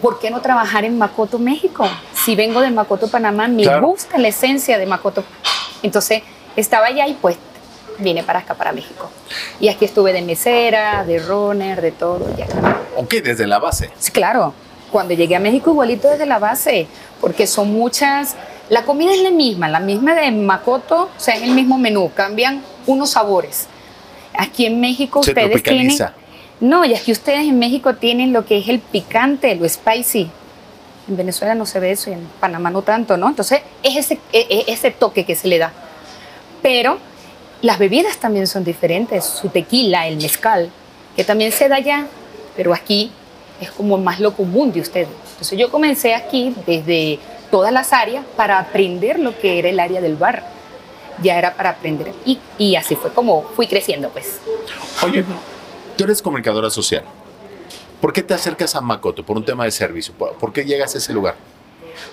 ¿por qué no trabajar en Macoto, México? Si vengo de Macoto, Panamá, me Claro. gusta la esencia de Macoto. Entonces, estaba allá y pues vine para acá, para México. Y aquí estuve de mesera, de runner, de todo. y acá. Ok, desde la base. Sí, claro, cuando llegué a México igualito desde la base, porque son muchas... La comida es la misma, la misma de Macoto, o sea, es el mismo menú, cambian unos sabores. Aquí en México Se ustedes tienen... tropicaliza. No, y aquí ustedes en México tienen lo que es el picante, lo spicy. En Venezuela no se ve eso y en Panamá no tanto, ¿no? Entonces es ese, e- e- ese toque que se le da. Pero las bebidas también son diferentes, su tequila, el mezcal, que también se da allá, pero aquí es como más lo común de ustedes. Entonces yo comencé aquí desde todas las áreas para aprender lo que era el área del bar. Ya era para aprender. Y, y así fue como fui creciendo, pues. Oye, tú eres comunicadora social. ¿Por qué te acercas a Makoto? Por un tema de servicio. ¿Por por qué llegas a ese lugar?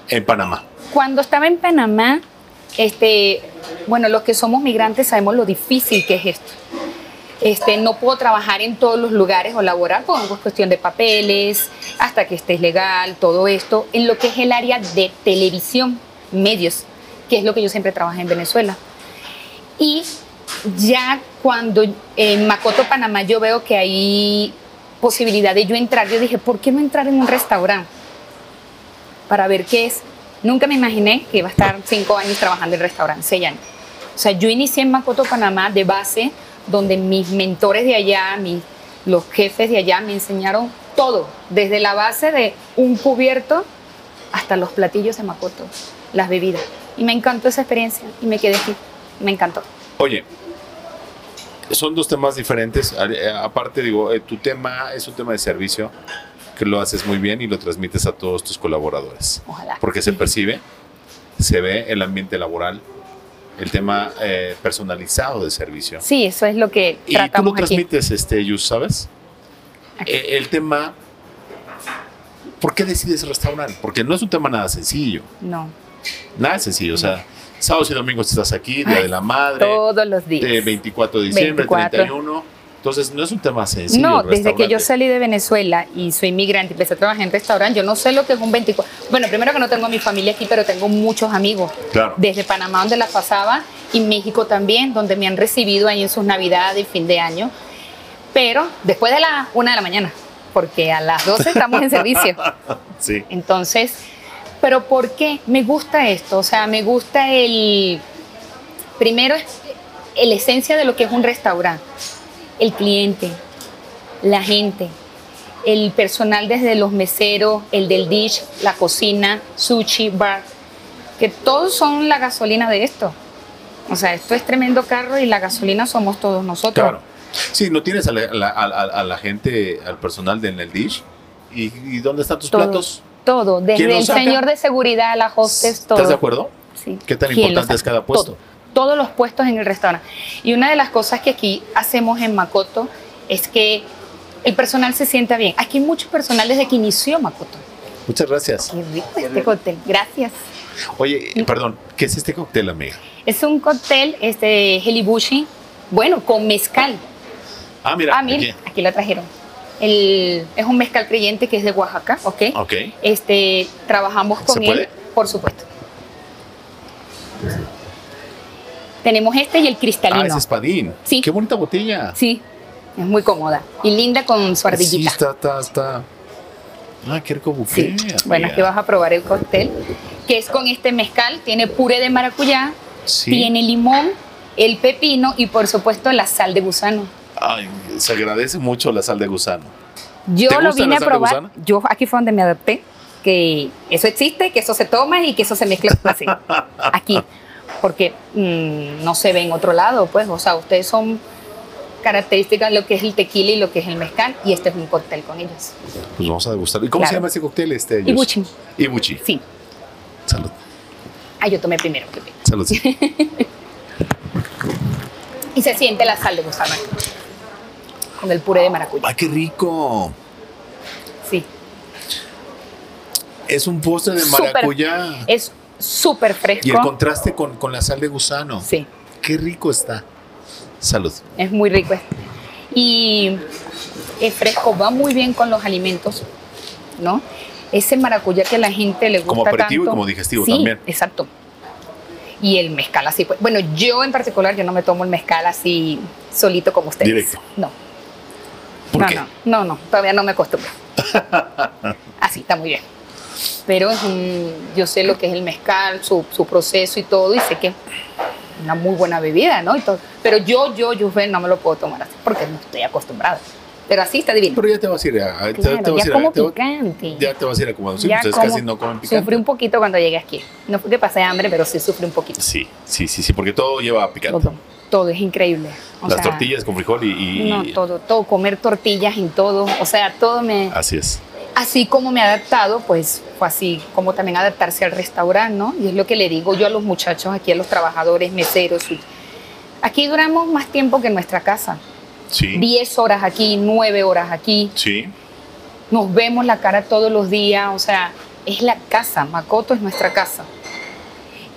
En Panamá. Cuando estaba en Panamá, este, bueno, los que somos migrantes sabemos lo difícil que es esto. Este, no puedo trabajar en todos los lugares o laborar, porque es cuestión de papeles, hasta que estés legal, todo esto, en lo que es el área de televisión, medios, que es lo que yo siempre trabajé en Venezuela. Y ya cuando en Macoto, Panamá, yo veo que hay posibilidad de yo entrar, yo dije, ¿por qué no entrar en un restaurante? para ver qué es. Nunca me imaginé que iba a estar cinco años trabajando en el restaurante, seis años. O sea, yo inicié en Macoto, Panamá, de base, donde mis mentores de allá, mis, los jefes de allá me enseñaron todo, desde la base de un cubierto hasta los platillos de Macoto, las bebidas. Y me encantó esa experiencia y me quedé aquí. Me encantó. Oye, son dos temas diferentes. A- eh, Aparte, digo, eh, tu tema es un tema de servicio que lo haces muy bien y lo transmites a todos tus colaboradores. Ojalá. Porque se percibe, se ve el ambiente laboral, el tema eh, personalizado de servicio. Sí, eso es lo que Y tú lo tratamos aquí. transmites, este, Yus, ¿sabes? Aquí. Eh, el tema, ¿por qué decides restaurar? Porque no es un tema nada sencillo, No, nada sencillo. O sea, sábados y domingos estás aquí, Día de la Madre, todos los días. eh, 24 de diciembre, 24. 31. Entonces, no es un tema sencillo. no, el desde que yo restaurante. salí de Venezuela y soy migrante y empecé a trabajar en restaurante, yo no sé lo que es un 24. Bueno, primero que no tengo a mi familia aquí, pero tengo muchos amigos. Claro. Desde Panamá, donde la pasaba, y México también, donde me han recibido ahí en sus navidades y fin de año. Pero después de la una de la mañana, porque a las 12 *laughs* estamos en servicio. Sí. Entonces, pero ¿por qué me gusta esto? O sea, me gusta el, primero es la esencia de lo que es un restaurante, el cliente, la gente, el personal desde los meseros, el del dish, la cocina, sushi, bar, que todos son la gasolina de esto. O sea, esto es tremendo carro y la gasolina somos todos nosotros. Claro. Sí, no tienes a la, a la- a la- a la gente, al personal del el dish. ¿Y, y dónde están tus Todo. platos? Todo, ¿Quién desde lo el saca? señor de seguridad, la hostess, todo. ¿Estás de acuerdo? Sí. ¿Qué tan ¿Quién lo importante es saca? cada puesto? Todo. todos los puestos en el restaurante. Y una de las cosas que aquí hacemos en Makoto es que el personal se sienta bien. Aquí hay muchos personal desde que inició Makoto. Muchas gracias. Qué rico este cóctel. Gracias. Oye, eh, perdón, ¿qué es este cóctel, amiga? Es un cóctel este, de helibushi, bueno, con mezcal. Ah, mira. Ah, mira, aquí lo trajeron. El- es un mezcal creyente que es de Oaxaca, ¿ok? aquí. Ok. Este, trabajamos con Ah. ¿Se puede? él, por supuesto. Tenemos este y el Ah, cristalino. es espadín. Sí. Qué bonita botella. Sí, es muy cómoda y linda con su Sí, ardillita. está, está, está. Ah, qué rico Sí. buffet. Bueno, amiga. aquí vas a probar el cóctel, que es con este mezcal, tiene puré de maracuyá, Sí. tiene limón, el pepino y por supuesto la sal de gusano. Ay, se agradece mucho la sal de gusano. Yo ¿Te lo gusta vine la sal a de probar, gusano? yo aquí fue donde me adapté, que eso existe, que eso se toma y que eso se mezcla así, aquí, porque mm, no se ve en otro lado, pues, o sea, ustedes son características lo que es el tequila y lo que es el mezcal y este es un cóctel con ellos. Pues vamos a degustar. ¿Y cómo Claro. se llama ese cóctel? Este, Yus? Ibuchi, Ibuchi. sí. Salud. Ah, yo tomé primero, qué pena. *laughs* Salud. Y se siente la sal de gusano. Con el puré de maracuyá. Ay, qué rico. Sí. Es un postre de Súper. maracuyá. Es súper fresco. Y el contraste con, con la sal de gusano. Sí, Qué rico está. Salud. es muy rico. este. Y es fresco, va muy bien con los alimentos, ¿no? Ese maracuyá que a la gente le gusta Como aperitivo y tanto. como digestivo Sí, también. exacto. Y el mezcal así, pues. Bueno, yo en particular, yo no me tomo el mezcal así solito como ustedes. Directo. No, ¿Por no, qué? no, no, no, todavía no *laughs* me acostumbro. Así está muy bien. Pero es un- yo sé lo que es el mezcal, su, su proceso y todo, y sé que es una muy buena bebida, ¿no? Y todo. Pero yo, yo, yo no me lo puedo tomar así porque no estoy acostumbrada. Pero así está divino. Pero ya te vas a ir a. te- Claro, te vas a ir ya a- como te va- picante. ya te vas a ir acomodando. Sí, Ya ustedes como- casi no comen picante. Sufrí un poquito cuando llegué aquí. No fue que pasé hambre, pero sí sufrí un poquito. Sí, sí, sí, sí, porque todo lleva picante. Todo, todo es increíble. O Las sea, tortillas con frijol y. y- No, todo, todo, comer tortillas en todo. O sea, todo me, Así es. Así como me he adaptado, pues fue así como también adaptarse al restaurante, ¿no? Y es lo que le digo yo a los muchachos aquí, a los trabajadores, meseros. y- Aquí duramos más tiempo que en nuestra casa. Sí. 10 horas aquí, 9 horas aquí. Sí. Nos vemos la cara todos los días. O sea, es la casa. Makoto es nuestra casa.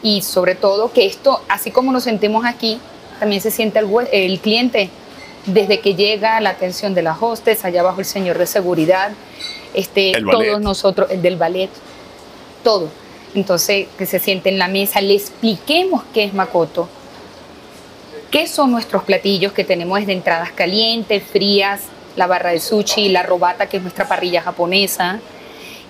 Y sobre todo que esto, así como nos sentimos aquí, también se siente el, hue- el cliente. Desde que llega la atención de las hostes, allá abajo el señor de seguridad, este, El ballet. todos nosotros, el del ballet, todo. Entonces, que se siente en la mesa, le expliquemos qué es Makoto, qué son nuestros platillos que tenemos desde entradas calientes, frías, la barra de sushi, la robata, que es nuestra parrilla japonesa,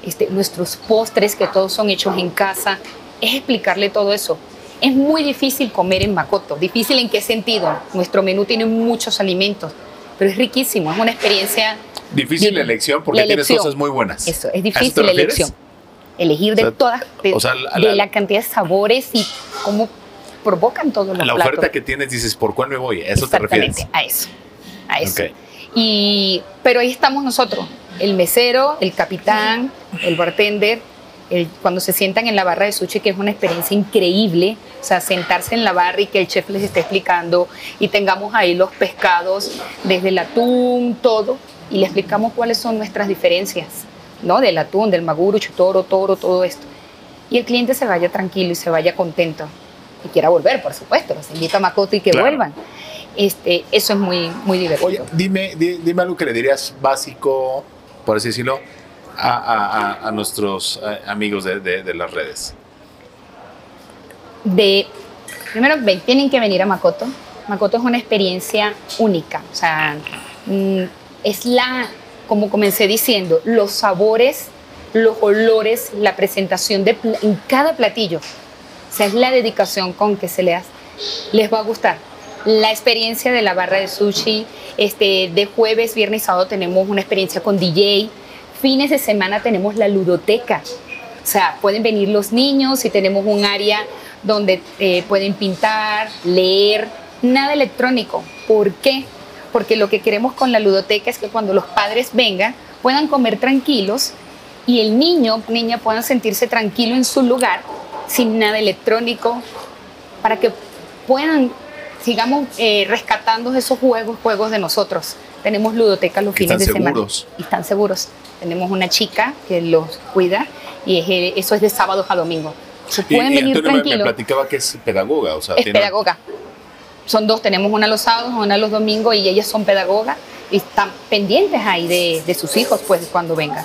este, nuestros postres, que todos son hechos en casa. Es explicarle todo eso. Es muy difícil comer en Makoto. ¿Difícil en qué sentido? Nuestro menú tiene muchos alimentos, pero es riquísimo. Es una experiencia Difícil la Bien. elección porque La tienes elección. cosas muy buenas. eso, es ¿A te difícil la refieres? elección. Elegir O de sea, todas, de, o sea, la- de la- la cantidad de sabores y cómo provocan todos los La platos. oferta que tienes dices, ¿por cuál me voy? ¿A eso te refieres? Exactamente, a eso. A eso. Ok. Y, pero ahí estamos nosotros, el mesero, el capitán, el bartender, el- cuando se sientan en la barra de sushi, que es una experiencia increíble, o sea, sentarse en la barra y que el chef les esté explicando y tengamos ahí los pescados, desde el atún, todo, y le explicamos cuáles son nuestras diferencias, ¿no? Del atún, del maguro, chutoro, toro, todo esto. Y el cliente se vaya tranquilo y se vaya contento y quiera volver, por supuesto, los invito a Makoto y que Claro. vuelvan. Este, eso es muy, muy divertido. Oye, dime, di- dime algo que le dirías básico, por así decirlo, a, a- a- a nuestros eh, amigos de, de- de las redes. de primero ven, tienen que venir a Makoto. Makoto es una experiencia única, o sea, mm, es la, como comencé diciendo, los sabores, los olores, la presentación de pla- en cada platillo, o sea, es la dedicación con que se le hace, les va a gustar. La experiencia de la barra de sushi, este, de jueves, viernes y sábado tenemos una experiencia con DJ, fines de semana tenemos la ludoteca, o sea, pueden venir los niños y tenemos un área donde eh, pueden pintar, leer, nada electrónico. ¿Por qué? Porque lo que queremos con la ludoteca es que cuando los padres vengan puedan comer tranquilos y el niño, niña puedan sentirse tranquilo en su lugar sin nada electrónico para que puedan sigamos eh, rescatando esos juegos, juegos de nosotros. Tenemos ludoteca los Que fines están de seguros. semana. Y están seguros. Tenemos una chica que los cuida y es, eh, eso es de sábados a domingo. Se Y- pueden y venir Antonio me- me tranquilos. platicaba que es pedagoga, o sea, Es tiene- pedagoga. Son dos, tenemos una los sábados, una los domingos y ellas son pedagogas y están pendientes ahí de, de sus hijos, pues cuando vengan.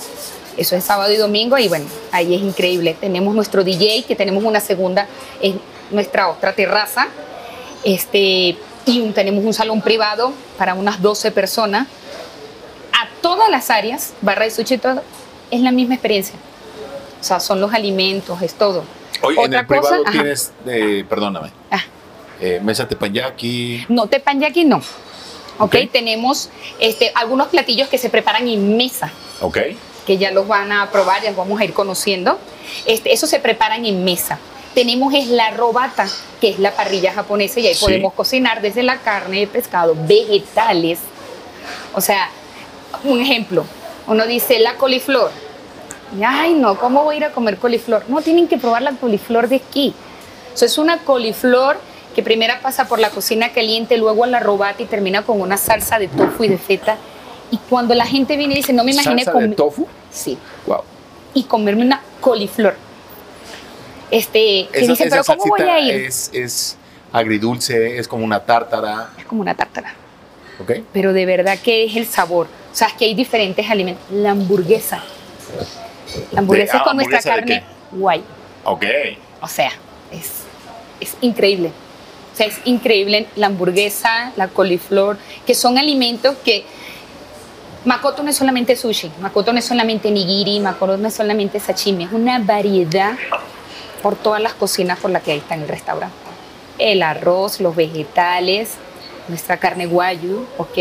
Eso es sábado y domingo y bueno, ahí es increíble. Tenemos nuestro DJ, que tenemos una segunda, es nuestra otra terraza, este, y un- tenemos un salón privado para unas 12 personas. A todas las áreas, barra y sushi, todo, es la misma experiencia. O sea, son los alimentos, es todo. Oye, en Otra el privado cosa, ajá. tienes, eh, perdóname, Ah. eh, mesa tepanyaki, No, tepanyaki no. Ok. Ok, tenemos este, algunos platillos que se preparan en mesa, ¿ok? que ya los van a probar, ya los vamos a ir conociendo. Este, eso se preparan en mesa. Tenemos es la robata, que es la parrilla japonesa, y ahí Sí. podemos cocinar desde la carne, pescado, vegetales. O sea, un ejemplo, uno dice la coliflor. Y, Ay, no, ¿cómo voy a ir a comer coliflor? No, tienen que probar la coliflor de aquí. Eso es una coliflor que primero pasa por la cocina caliente, luego a la robata y termina con una salsa de tofu y de feta. Y cuando la gente viene y dice, no me imaginé ¿Salsa de comer... tofu? Sí, Wow. y comerme una coliflor. Este, que Esa, dicen, esa pero ¿cómo voy salsita a ir? Es... Es, es agridulce, es como una tártara, como una tártara, ¿ok? pero de verdad que es el sabor. O sea, es que hay diferentes alimentos. La hamburguesa. La hamburguesa De- es ah, con nuestra ¿hamburguesa de carne guay. Ok. O sea, es, es increíble. O sea, es increíble la hamburguesa, la coliflor, que son alimentos que... Makoto no es solamente sushi, Makoto no es solamente nigiri, Makoto no es solamente sashimi, es una variedad por todas las cocinas por las que ahí está en el restaurante. El arroz, los vegetales, nuestra carne guayu, ¿ok?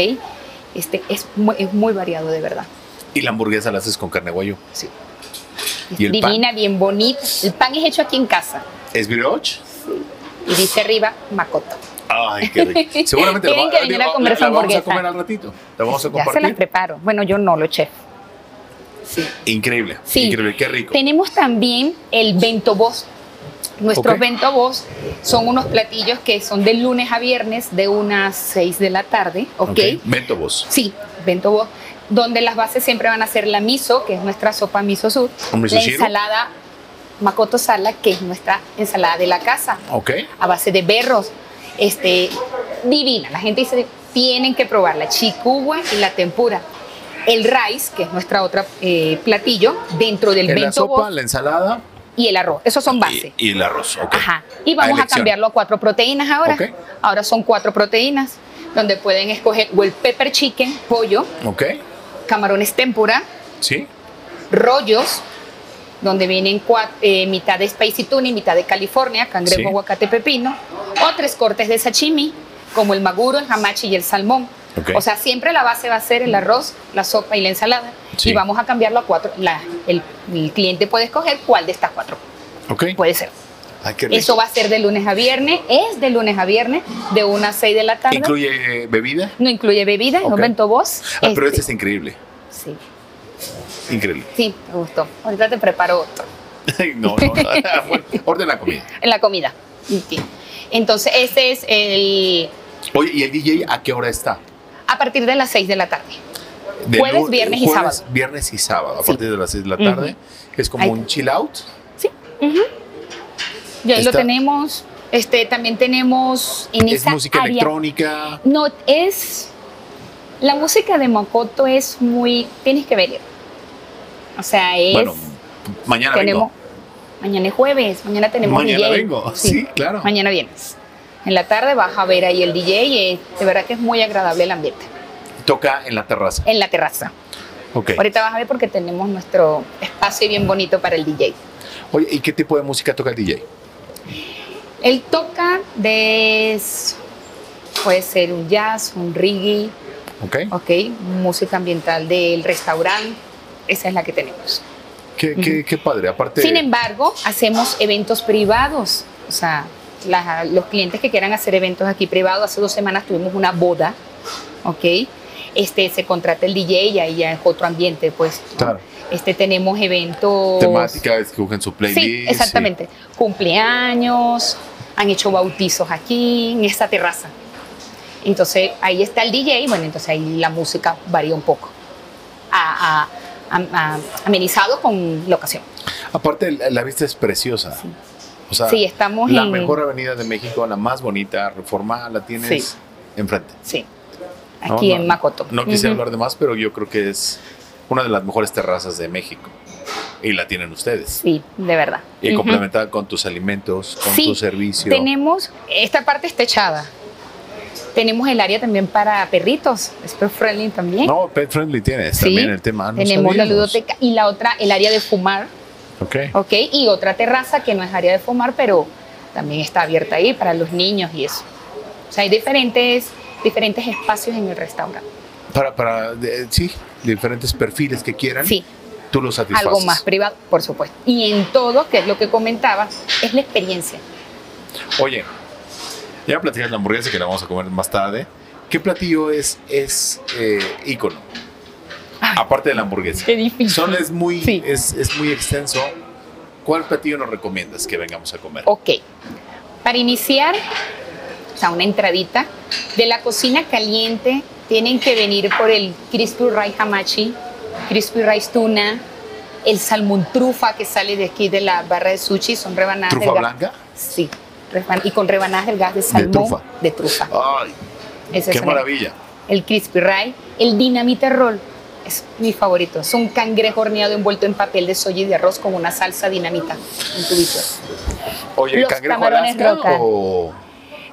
Este, es, muy, es muy variado de verdad. Y la hamburguesa la haces con carne guayo. Sí. ¿Y el pan? Divina, bien bonita. El pan es hecho aquí en casa ¿Es brioche? y dice arriba Makoto. Ay, qué *laughs* rico. Seguramente la, Tienen va- que venir a la- comer la- su la vamos a hamburguesa. comer al ratito. La vamos a Ya se las compartir. preparo. Bueno, yo no, lo chef. Sí. Increíble, Sí. increíble, qué rico. Tenemos también el bento boss. Nuestros Ok. bento boss son unos platillos que son de lunes a viernes de unas 6 de la tarde, ¿ok? Mento vos. Sí, bento boss, donde las bases siempre van a ser la miso, que es nuestra sopa miso sur, Un miso la shiro. ensalada makoto sala, que es nuestra ensalada de la casa, Ok. a base de berros. Este, divina. La gente dice, tienen que probar la chicuwa y la tempura. El rice, que es nuestra otra eh, platillo, dentro del En la bento sopa, bowl la ensalada y el arroz. Esos son bases. y, y el arroz. ok. Ajá. Y vamos a, elección. cambiarlo a cuatro proteínas ahora. Ok. Ahora son cuatro proteínas, donde pueden escoger o el pepper chicken, pollo, Ok, camarones tempura, sí. rollos, donde vienen cua- eh, mitad de Spicy Tuna y mitad de California, cangrejo, Sí. aguacate, pepino, o tres cortes de sashimi, como el maguro, el hamachi y el salmón. Ok. O sea, siempre la base va a ser el arroz, la sopa y la ensalada. Sí. Y vamos a cambiarlo a cuatro. La- el, el cliente puede escoger cuál de estas cuatro. Ok. Puede ser. Ay, qué rico. Pues, Eso va a ser de lunes a viernes. Es de lunes a viernes, de 1 a 6 de la tarde. ¿Incluye eh, bebida? no incluye bebida, Ok. no invento voz. Ah, pero este es increíble. Sí, Increíble. *laughs* sí, me gustó. Ahorita te preparo otro. no, no. *laughs* bueno, *laughs* Orden la comida. en la comida. Sí. Entonces, este es el Oye, ¿y el DJ a qué hora está? a partir de las 6 de la tarde. De Jueves, lun- viernes y jueves, sábado. Viernes y sábado, a Sí. partir de las 6 de la tarde. Es como Ahí. un chill out. Y ahí lo Está- tenemos. Este, también tenemos en es esa música área. electrónica. No, es la música de Makoto es muy tienes que verlo. O sea, es Bueno, mañana tenemos vengo. mañana es jueves, mañana tenemos Mañana DJ. vengo, sí, claro. Mañana vienes. En la tarde vas a ver ahí el DJ y eh, de verdad que es muy agradable el ambiente Toca en la terraza. en la terraza. Ok. Ahorita vas a ver porque tenemos nuestro espacio bien bonito para el DJ. Oye, ¿y qué tipo de música toca el DJ? Él toca de... s- Puede ser un jazz, un reggae, Ok. ¿ok? Música ambiental del restaurante. Esa es la que tenemos. Qué, qué- qué padre. Aparte. Sin embargo, hacemos eventos privados. O sea, las- los clientes que quieran hacer eventos aquí privados, hace dos semanas tuvimos una boda, ¿ok? Este, se contrata el DJ y ahí ya es otro ambiente, pues. ¿no? Claro. Este, tenemos eventos... temática, escogen su playlist. Sí, exactamente. Cumpleaños, han hecho bautizos aquí, en esta terraza. Entonces ahí está el DJ, bueno, entonces ahí la música varía un poco, a- a- a- a- amenizado con la ocasión. Aparte, la, la vista es preciosa. O sea, Sí, estamos la en- mejor avenida de México, la más bonita, Reforma, la tienes Sí. enfrente. Sí, No, aquí no, en Macoto. No quise Ujú. hablar de más, pero yo creo que es una de las mejores terrazas de México. Y la tienen ustedes. Sí, de verdad. Y Ujú. complementada con tus alimentos, con Sí, tu servicio. Tenemos, esta parte está echada. Tenemos el área también para perritos, es pet friendly también. No, Pet Friendly tienes ¿Eh? Sí, también el tema. Ah, no Tenemos la sabíamos. ludoteca y la otra, el área de fumar, Ok. ¿ok? Y otra terraza que no es área de fumar, pero también está abierta ahí para los niños y eso. O sea, hay diferentes, diferentes espacios en el restaurante. Para, para de- sí, diferentes perfiles que quieran, Sí, tú los satisfaces. algo más privado, por supuesto. Y en todo, que es lo que comentaba, es la experiencia. Oye, ya platicas la hamburguesa que la vamos a comer más tarde. ¿Qué platillo es, es eh, ícono? Aparte de la hamburguesa. Qué difícil. Son es muy, Sí. es, es muy extenso. ¿Cuál platillo nos recomiendas que vengamos a comer? Ok. Para iniciar, o sea, una entradita, de la cocina caliente tienen que venir por el crispy rice hamachi, crispy rice tuna, el salmón trufa que sale de aquí de la barra de sushi, son rebanadas ¿Trufa del gas- blanca? Sí, reban- y con rebanadas del gas de salmón. trufa. de trufa. ¡Ay, Ese qué es el- maravilla! El crispy rice, el dinamita roll. Es mi favorito. Es un cangrejo horneado envuelto en papel de soya y de arroz con una salsa dinamita en tubitos. Oye, Los ¿cangrejo camarones Alaska roca. o...?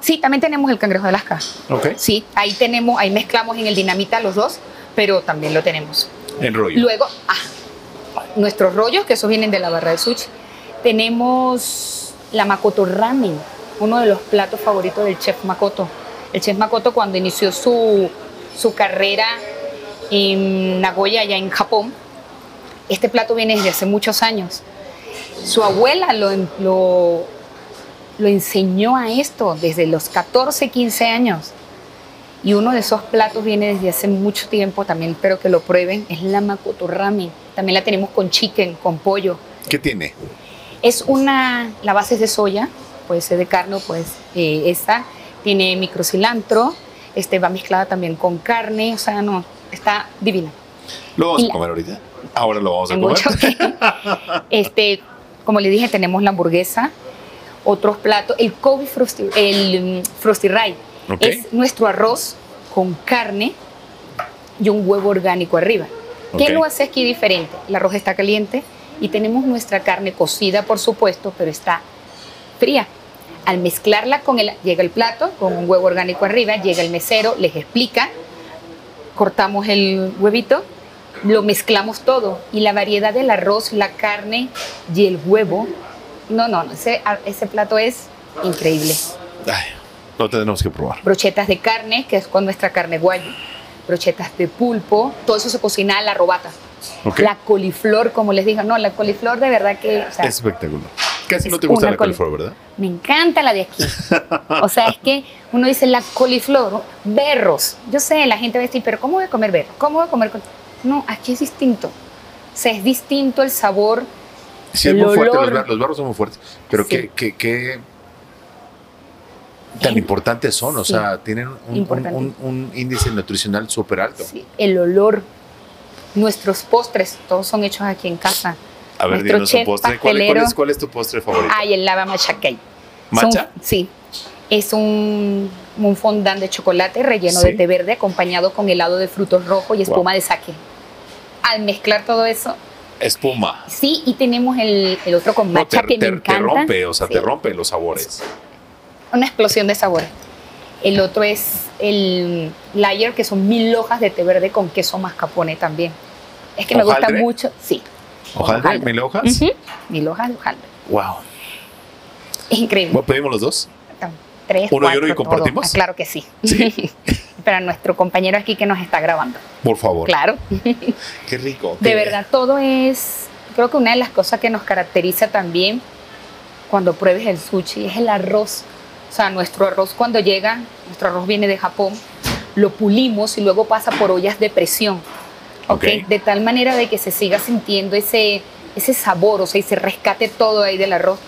Sí, también tenemos el cangrejo de Alaska. Ok. Sí, ahí tenemos, ahí mezclamos en el dinamita los dos, pero también lo tenemos. En rollo. Luego, ah, nuestros rollos, que esos vienen de la barra de sushi. Tenemos la Makoto Ramen, uno de los platos favoritos del chef Makoto. El chef Makoto cuando inició su, su carrera en Nagoya, allá en Japón, este plato viene desde hace muchos años. Su abuela lo, en- lo, lo enseñó a esto desde los 14, 15 años. Y uno de esos platos viene desde hace mucho tiempo, también espero que lo prueben, es la Makoto Ramen. También la tenemos con chicken, con pollo. ¿Qué tiene? Es una, la base es de soya, puede ser de carne, o pues eh, esta tiene microcilantro, este va mezclada también con carne, o sea, no, está divina. ¿Lo vamos Y a la- comer ahorita? Ahora lo vamos a Hay comer. mucho que- *laughs* este, como le dije, tenemos la hamburguesa, otros platos, el Kobe Frosty, el mm, Frosty Rye. Ok. Es nuestro arroz con carne y un huevo orgánico arriba. Ok. ¿Qué lo hace aquí diferente? El arroz está caliente y tenemos nuestra carne cocida, por supuesto, pero está fría. Al mezclarla con el... Llega el plato con un huevo orgánico arriba, llega el mesero, les explica, cortamos el huevito, lo mezclamos todo y la variedad del arroz, la carne y el huevo. No, no, no, ese, ese plato es increíble. Ay, lo tendremos que probar. Brochetas de carne, que es con nuestra carne guayo, brochetas de pulpo, todo eso se cocina a la robata. Ok. La coliflor, como les dije, no, la coliflor de verdad que o sea, es espectacular. Casi es no te gusta una la col- coliflor, ¿verdad? me encanta la de aquí. O sea, es que uno dice la coliflor, berros. Yo sé, la gente va a decir, pero ¿cómo voy a comer berros? ¿Cómo voy a comer? col-?" No, aquí es distinto. O sea, es distinto el sabor. Sí, es El muy fuerte, los, olor. bar- los barros son muy fuertes, pero Sí. qué, qué- qué tan importantes son, o Sí. sea, tienen un- un, Importante. un- un índice nutricional súper alto. Sí, el olor, nuestros postres, todos son hechos aquí en casa. A ver, Nuestro dinos un chef postre. ¿Cuál, cuál pastelero. es, cuál es tu postre favorito? Ay, el lava matcha cake. Son- ¿Matcha? sí. Es un, un fondant de chocolate relleno de Sí. té verde acompañado con helado de frutos rojos y espuma Wow. de sake. Al mezclar todo eso, Espuma. sí, y tenemos el, el otro con No, matcha te, que te- me te encanta. rompe, o sea, Sí. te rompe los sabores. Una explosión de sabores. El otro es el layer, que son mil hojas de té verde con queso mascarpone también. Es que me gusta ¿Hojaldre? mucho. Sí. ¿Hojaldre? Hojaldre. ¿Mil hojas? Ujú, Mil hojas de hojaldre. Wow. Es increíble. Bueno, ¿Pedimos los dos? Tres, ¿Uno y cuatro, uno y todo. compartimos? Ah, claro que sí. *laughs* Sí. Para nuestro compañero aquí que nos está grabando. Por favor. Claro. Qué rico. De qué- verdad, todo es, creo que una de las cosas que nos caracteriza también cuando pruebes el sushi es el arroz. O sea, nuestro arroz cuando llega, nuestro arroz viene de Japón, lo pulimos y luego pasa por ollas de presión. Ok. ¿ok? De tal manera de que se siga sintiendo ese, ese sabor, o sea, y se rescate todo ahí del arroz.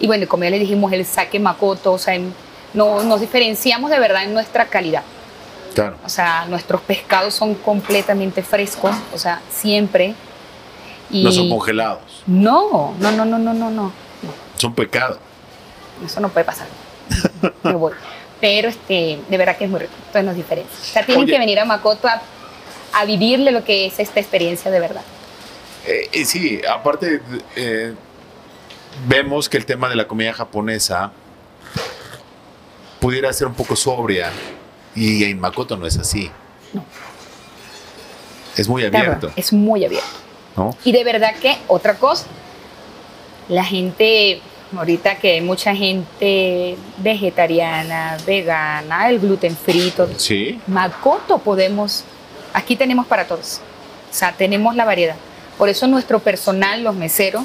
Y bueno, y como ya le dijimos, el saque makoto, o sea, en- no, nos diferenciamos de verdad en nuestra calidad. Claro. O sea, nuestros pescados son completamente frescos, o sea, siempre. Y No son congelados. No, no, no, no, no, no, no. Son pecado. Eso no *laughs* puede pasar. Me voy. Pero este, de verdad que es muy rico. Entonces nos diferencia. O sea, tienen Oye. que venir a Macoto a, a vivirle lo que es esta experiencia de verdad. Eh, y sí, aparte eh, vemos que el tema de la comida japonesa pudiera ser un poco sobria y en Makoto no es así. No. Es muy Está abierto, bueno, es muy abierto. ¿no? Y de verdad que otra cosa, la gente, ahorita que hay mucha gente vegetariana, vegana, el gluten frito, Sí, Macoto podemos, aquí tenemos para todos, o sea, tenemos la variedad. Por eso nuestro personal, los meseros,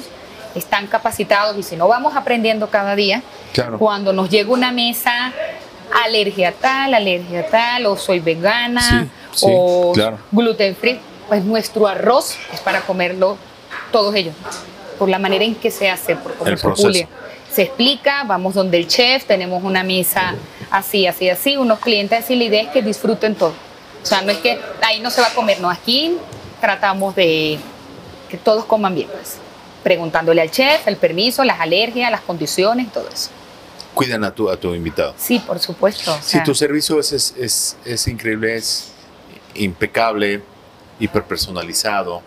están capacitados y si no vamos aprendiendo cada día, claro. cuando nos llega una mesa, alergia a tal, alergia a tal, o soy vegana, Sí, sí, o claro. gluten free, pues nuestro arroz es para comerlo todos ellos, por la manera en que se hace, por cómo El se proceso. pule. Se explica, vamos donde el chef, tenemos una mesa así, así, así, unos clientes así, la idea es que disfruten todo. O sea, no es que ahí no se va a comer, no, aquí tratamos de que todos coman bien, pues. Preguntándole al chef el permiso, las alergias, las condiciones, todo eso. Cuidan a tu, a tu invitado. Sí, por supuesto. o Si sea, tu servicio es, es, es- es increíble, es impecable, hiperpersonalizado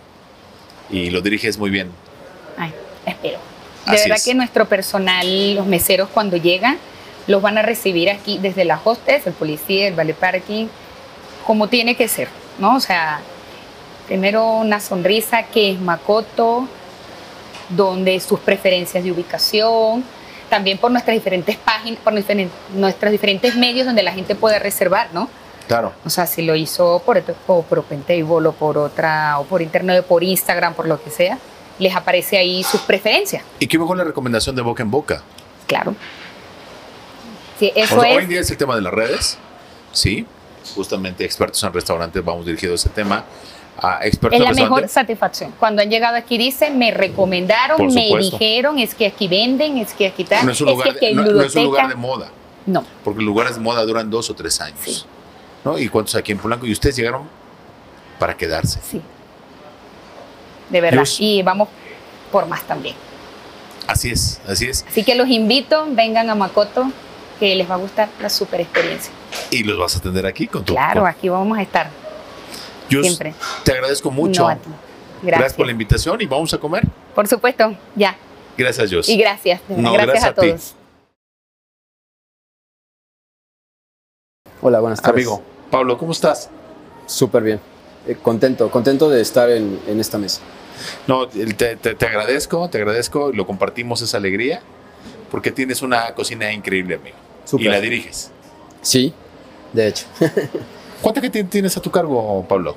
y lo diriges muy bien. ay, espero. De Así verdad es. que nuestro personal, los meseros cuando llegan, los van a recibir aquí desde las hostes, el policía, el ballet parking, como tiene que ser, ¿no? O sea, primero una sonrisa que es Makoto, donde sus preferencias de ubicación, también por nuestras diferentes páginas, por nuestras- nuestros diferentes medios donde la gente puede reservar, ¿no? Claro. O sea, si lo hizo por, o por OpenTable o por otra, o por internet, o por Instagram, por lo que sea, les aparece ahí sus preferencias. ¿Y qué mejor la recomendación de boca en boca? Claro. Sí, O eso sea, Hoy en es. día es el tema de las redes, ¿sí? Justamente expertos en restaurantes vamos dirigidos a ese tema. A expertos Es en la mejor restaurantes. satisfacción. Cuando han llegado aquí dicen, me Por recomendaron, me supuesto. dijeron, es que aquí venden, es que aquí tal, No es, un que lugar, aquí de- hay no- no es un lugar de ludoteca. moda, No, porque los lugares de moda duran dos o tres años. Sí. ¿no? ¿Y cuántos aquí en Polanco? Y ustedes llegaron para quedarse. sí. De verdad. Dios. Y vamos por más también. Así es, así es. Así que los invito, vengan a Makoto, que les va a gustar la super experiencia. Y los vas a atender aquí con tu. Claro, con- aquí vamos a estar Yus, siempre. Te agradezco mucho. No a ti. Gracias. Gracias por la invitación y vamos a comer. Por supuesto, ya. Gracias, Dios. Y gracias. de verdad, No, gracias, gracias a, a ti. todos. Hola, buenas tardes. Amigo, Pablo, ¿cómo estás? Súper bien. Eh, contento, contento de estar en, en esta mesa. No, te, te- te agradezco, te agradezco, lo compartimos esa alegría, porque tienes una cocina increíble, amigo. Súper. Y la diriges. Sí, de hecho. *laughs* ¿Cuánta gente tienes a tu cargo, Pablo?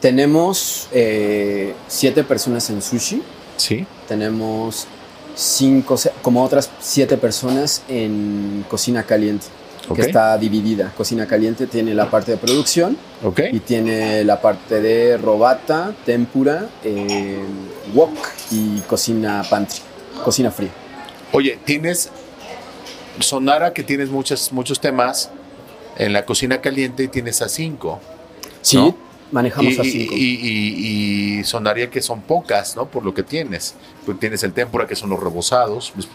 Tenemos eh, siete personas en sushi. Sí. Tenemos cinco, se- como otras siete personas en cocina caliente, Ok. que está dividida. Cocina caliente tiene la parte de producción Ok. y tiene la parte de robata, tempura, eh, wok y cocina pantry, cocina fría. Oye, tienes Sonara que tienes muchos, muchos temas en la cocina caliente y tienes a cinco. Sí, ¿No? manejamos Y, a y- cinco. y- y- y sonaría que son pocas, ¿no? Por lo que tienes. Pues tienes el tempura, que son los rebozados. pues,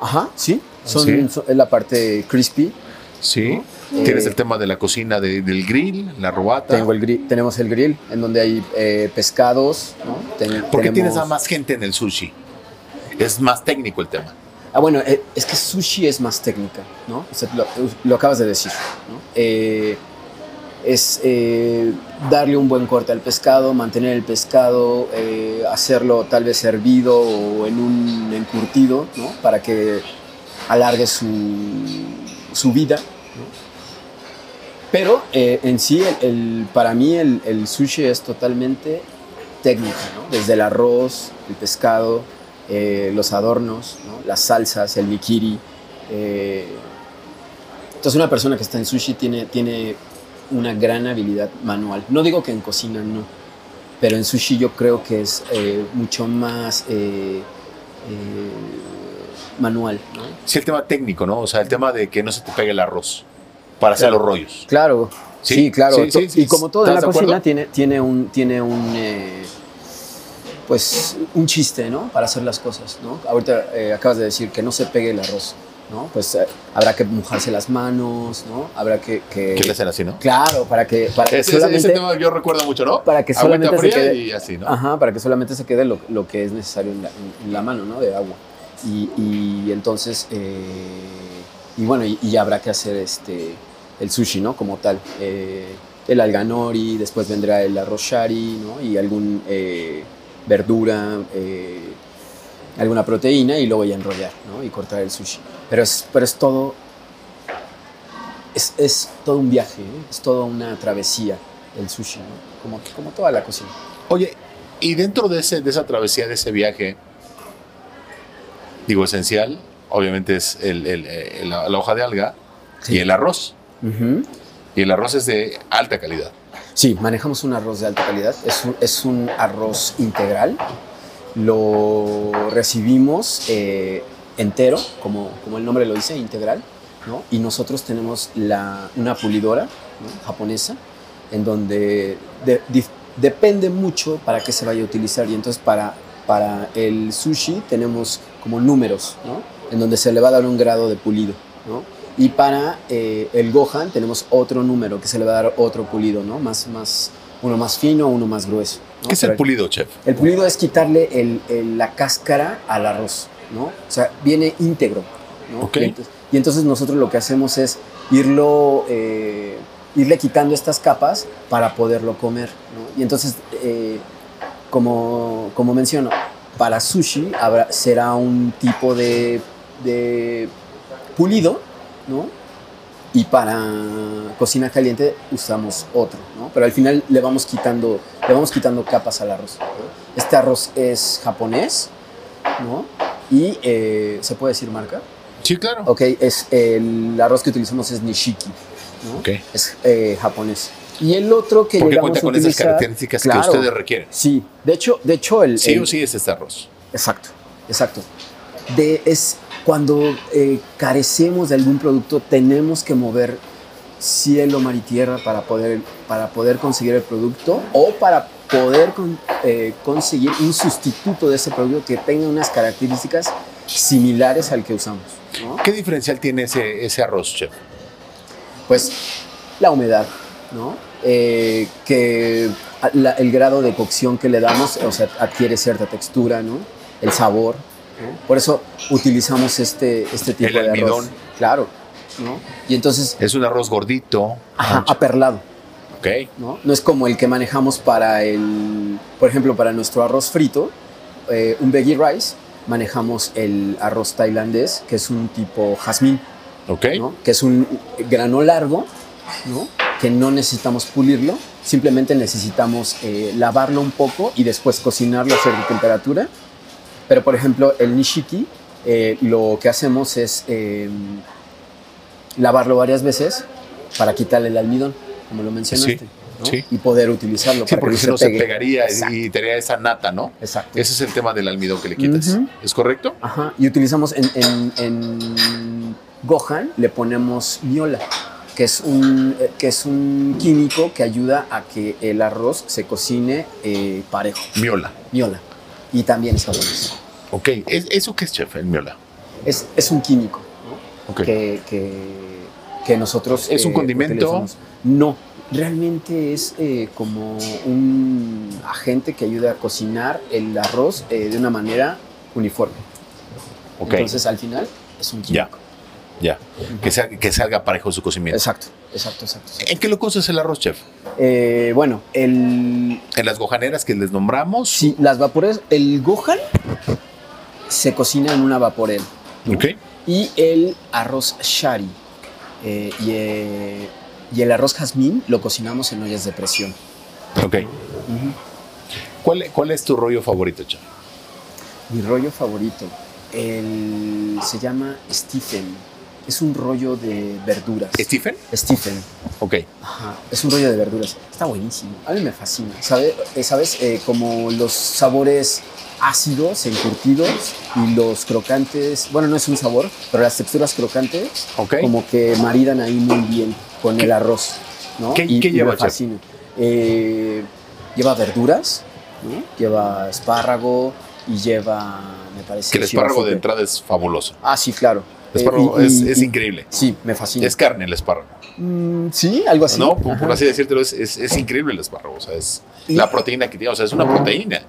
Ajá, sí. Son, Sí. son- es la parte crispy. Sí. Tienes Eh, el tema de la cocina de- del grill, la robata. Tengo el grill, tenemos el grill en donde hay eh, pescados. ¿no? Ten- ¿Por qué tienes tenemos- a más gente en el sushi? Es más técnico el tema. Ah, bueno, eh, es que sushi es más técnica, ¿no? O sea, lo, lo acabas de decir, ¿no? Eh, es eh, darle un buen corte al pescado, mantener el pescado, eh, hacerlo tal vez hervido o en un encurtido, ¿no? Para que alargue su, su vida. ¿no? Pero eh, en sí, el, el- para mí el, el sushi es totalmente técnico, ¿no? Desde el arroz, el pescado, eh, los adornos, ¿no? las salsas, el nigiri. eh. Entonces una persona que está en sushi tiene, tiene una gran habilidad manual. No digo que en cocina no, pero en sushi yo creo que es eh, mucho más eh, eh, manual. ¿no? Sí, el tema técnico, ¿no? O sea, el tema de que no se te pegue el arroz para hacer los rollos. Claro, Sí, claro. to- y como todo en la cocina tiene, tiene un, tiene un eh, pues un chiste, ¿no? Para hacer las cosas, ¿no? Ahorita eh, acabas de decir que no se pegue el arroz, ¿no? Pues eh, habrá que mojarse las manos, ¿no? Habrá que, que- ¿Qué le hacen así, no? claro, para que para que Ese, ese- ese solamente- tema yo recuerdo mucho, ¿no? para que Agüita solamente se fría quede- Ah. y así, ¿no? Ajá, para que solamente se quede lo, lo que es necesario en la, en- en la mano, ¿no? De agua. Y, y entonces, eh, y bueno, y, y habrá que hacer este, el sushi, ¿no? Como tal. Eh, el alganori, después vendrá el arroz shari, ¿no? Y algún eh, verdura, eh, alguna proteína y luego ya enrollar, ¿no? Y cortar el sushi. Pero es, pero es todo... Es, es todo un viaje, ¿eh? es toda una travesía el sushi, ¿no? como, como toda la cocina. Oye, y dentro de, ese, de esa travesía, de ese viaje, digo, esencial, obviamente es el- el- el- la, la hoja de alga y el arroz. Y el arroz es de alta calidad. Sí, manejamos un arroz de alta calidad. Es un, es un arroz integral. Lo recibimos eh, entero, como, como el nombre lo dice, integral. ¿no? Y nosotros tenemos la, una pulidora ¿no? japonesa en donde de- dif- depende mucho para qué se vaya a utilizar. Y entonces para, para el sushi tenemos como números, ¿no? en donde se le va a dar un grado de pulido. ¿no? Y para eh, el Gohan tenemos otro número que se le va a dar otro pulido, ¿no? Más, más, uno más fino, uno más grueso. ¿no? ¿Qué es el Pero- pulido, chef? el pulido es quitarle el- el- la cáscara al arroz, ¿no? O sea, viene íntegro, ¿no? Ok. Y, ento- y entonces nosotros lo que hacemos es irlo, eh, irle quitando estas capas para poderlo comer, ¿no? Y entonces, eh, como, como menciono, para sushi habrá- será un tipo de, de pulido, ¿no? Y para cocina caliente usamos otro, ¿no? Pero al final le vamos quitando, le vamos quitando capas al arroz. ¿no? Este arroz es japonés, ¿no? Y eh, se puede decir marca. Sí, claro. Ok, es el arroz que utilizamos es nishiki, ¿no? Ok. Es eh, japonés. Y el otro que Porque llegamos cuenta a con esas utilizar, características que claro. ustedes requieren. sí. De hecho, de hecho el Sí el- o sí es este arroz. Exacto, exacto. De, es cuando eh, carecemos de algún producto, tenemos que mover cielo, mar y tierra para poder, para poder conseguir el producto o para poder con- eh, conseguir un sustituto de ese producto que tenga unas características similares al que usamos. ¿no? ¿Qué diferencial tiene ese, ese arroz, chef? pues la humedad, ¿no? Eh, que a- la- el grado de cocción que le damos, o sea, adquiere cierta textura, ¿no? El sabor, ¿no? Por eso utilizamos este, este tipo El de arroz. almidón. Claro, ¿no? Y entonces, Es un arroz gordito. Ah, ajá, ancho. aperlado, Ok. ¿no? No es como el que manejamos para el, por ejemplo, para nuestro arroz frito, eh, un veggie rice, manejamos el arroz tailandés, que es un tipo jazmín. Ok. ¿no? que es un grano largo, ¿no? que no necesitamos pulirlo, simplemente necesitamos eh, lavarlo un poco y después cocinarlo a cierta temperatura. Pero por ejemplo, el nishiki, eh, lo que hacemos es eh, lavarlo varias veces para quitarle el almidón, como lo mencionaste, Sí, ¿no? sí. y poder utilizarlo Sí, para porque que si no no se pegue. pegaría Exacto. y, y tendría esa nata, ¿no? Exacto. Ese es el tema del almidón que le quitas. Ujú. ¿Es correcto? Ajá, y utilizamos en, en- en Gohan, le ponemos miola, que es, un, eh, que es un químico que ayuda a que el arroz se cocine eh, parejo. Miola. Miola. Y también es japonés. Ok. ¿Es, ¿Eso qué es, chef? El miola. Es, es un químico Ok. que, que, que nosotros... eh, ¿Es un condimento? utilizamos. No, realmente es eh, como un agente que ayuda a cocinar el arroz eh, de una manera uniforme. ok. Entonces al final es un Ya. químico. ya. Que, salga, que salga parejo su cocimiento. Exacto, exacto, exacto. exacto. ¿En qué lo coces el arroz, chef? Eh, bueno, el, ¿En las gojaneras que les nombramos? sí, las vapores, el Gohan se cocina en una vaporera. ¿no? Ok. Y el arroz shari eh, y, eh, y el arroz jazmín lo cocinamos en ollas de presión. Ok. ¿Cuál, ¿Cuál es tu rollo favorito, chef? Mi rollo favorito, el, se llama Stephen. Es un rollo de verduras. ¿Stephen? Stephen. Ok. Ajá, es un rollo de verduras. Está buenísimo. A mí me fascina. ¿Sabe- eh, ¿Sabes? Eh, como los sabores ácidos, encurtidos y los crocantes. Bueno, no es un sabor, pero las texturas crocantes Ok. como que maridan ahí muy bien con el arroz. ¿no? ¿Qué- Y- qué y lleva, me chef? fascina. Eh, lleva verduras, ¿no? lleva espárrago y lleva, me parece... Que el lleva espárrago de sope. entrada es fabuloso. Ah, sí, claro. El Eh, espárrago y- es, y- es y- increíble. Sí, me fascina. Es carne el espárrago. Mm, sí, algo así. No, por, por Ajá. así decírtelo, es, es- es increíble el espárrago. O sea, es Y- la proteína que tiene. O sea, es una proteína.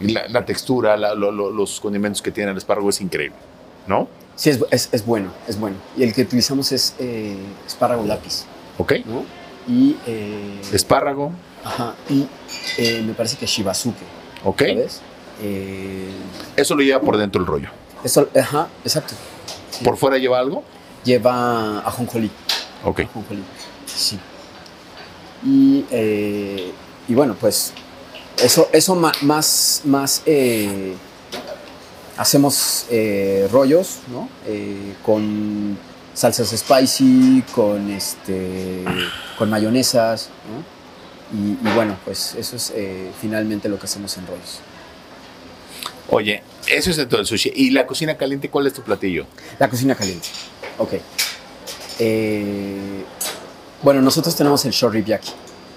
Y La, la textura, la- lo- lo- los condimentos que tiene el espárrago es increíble. ¿No? Sí, es, bu- es- es bueno, es bueno. Y el que utilizamos es eh, espárrago lápiz, ¿Ok? ¿no? Y, eh, Espárrago, ajá, y eh, me parece que shibazuke, ¿ok? ¿sabes? Eh, Eso lo lleva por dentro el rollo. eso, ajá, exacto. Sí. ¿Por fuera lleva algo? Lleva ajonjolí. Ok. Ajonjolí, sí. Y, eh, y bueno, pues eso, eso ma- más, más eh, hacemos eh, rollos, ¿no? Eh, con salsas spicy, con este, con mayonesas, ¿no? Y, y bueno, pues eso es eh, finalmente lo que hacemos en rollos. Oye, eso es dentro del sushi. ¿Y la cocina caliente cuál es tu platillo? La cocina caliente. Ok. Eh, bueno, nosotros tenemos el shoribyaki.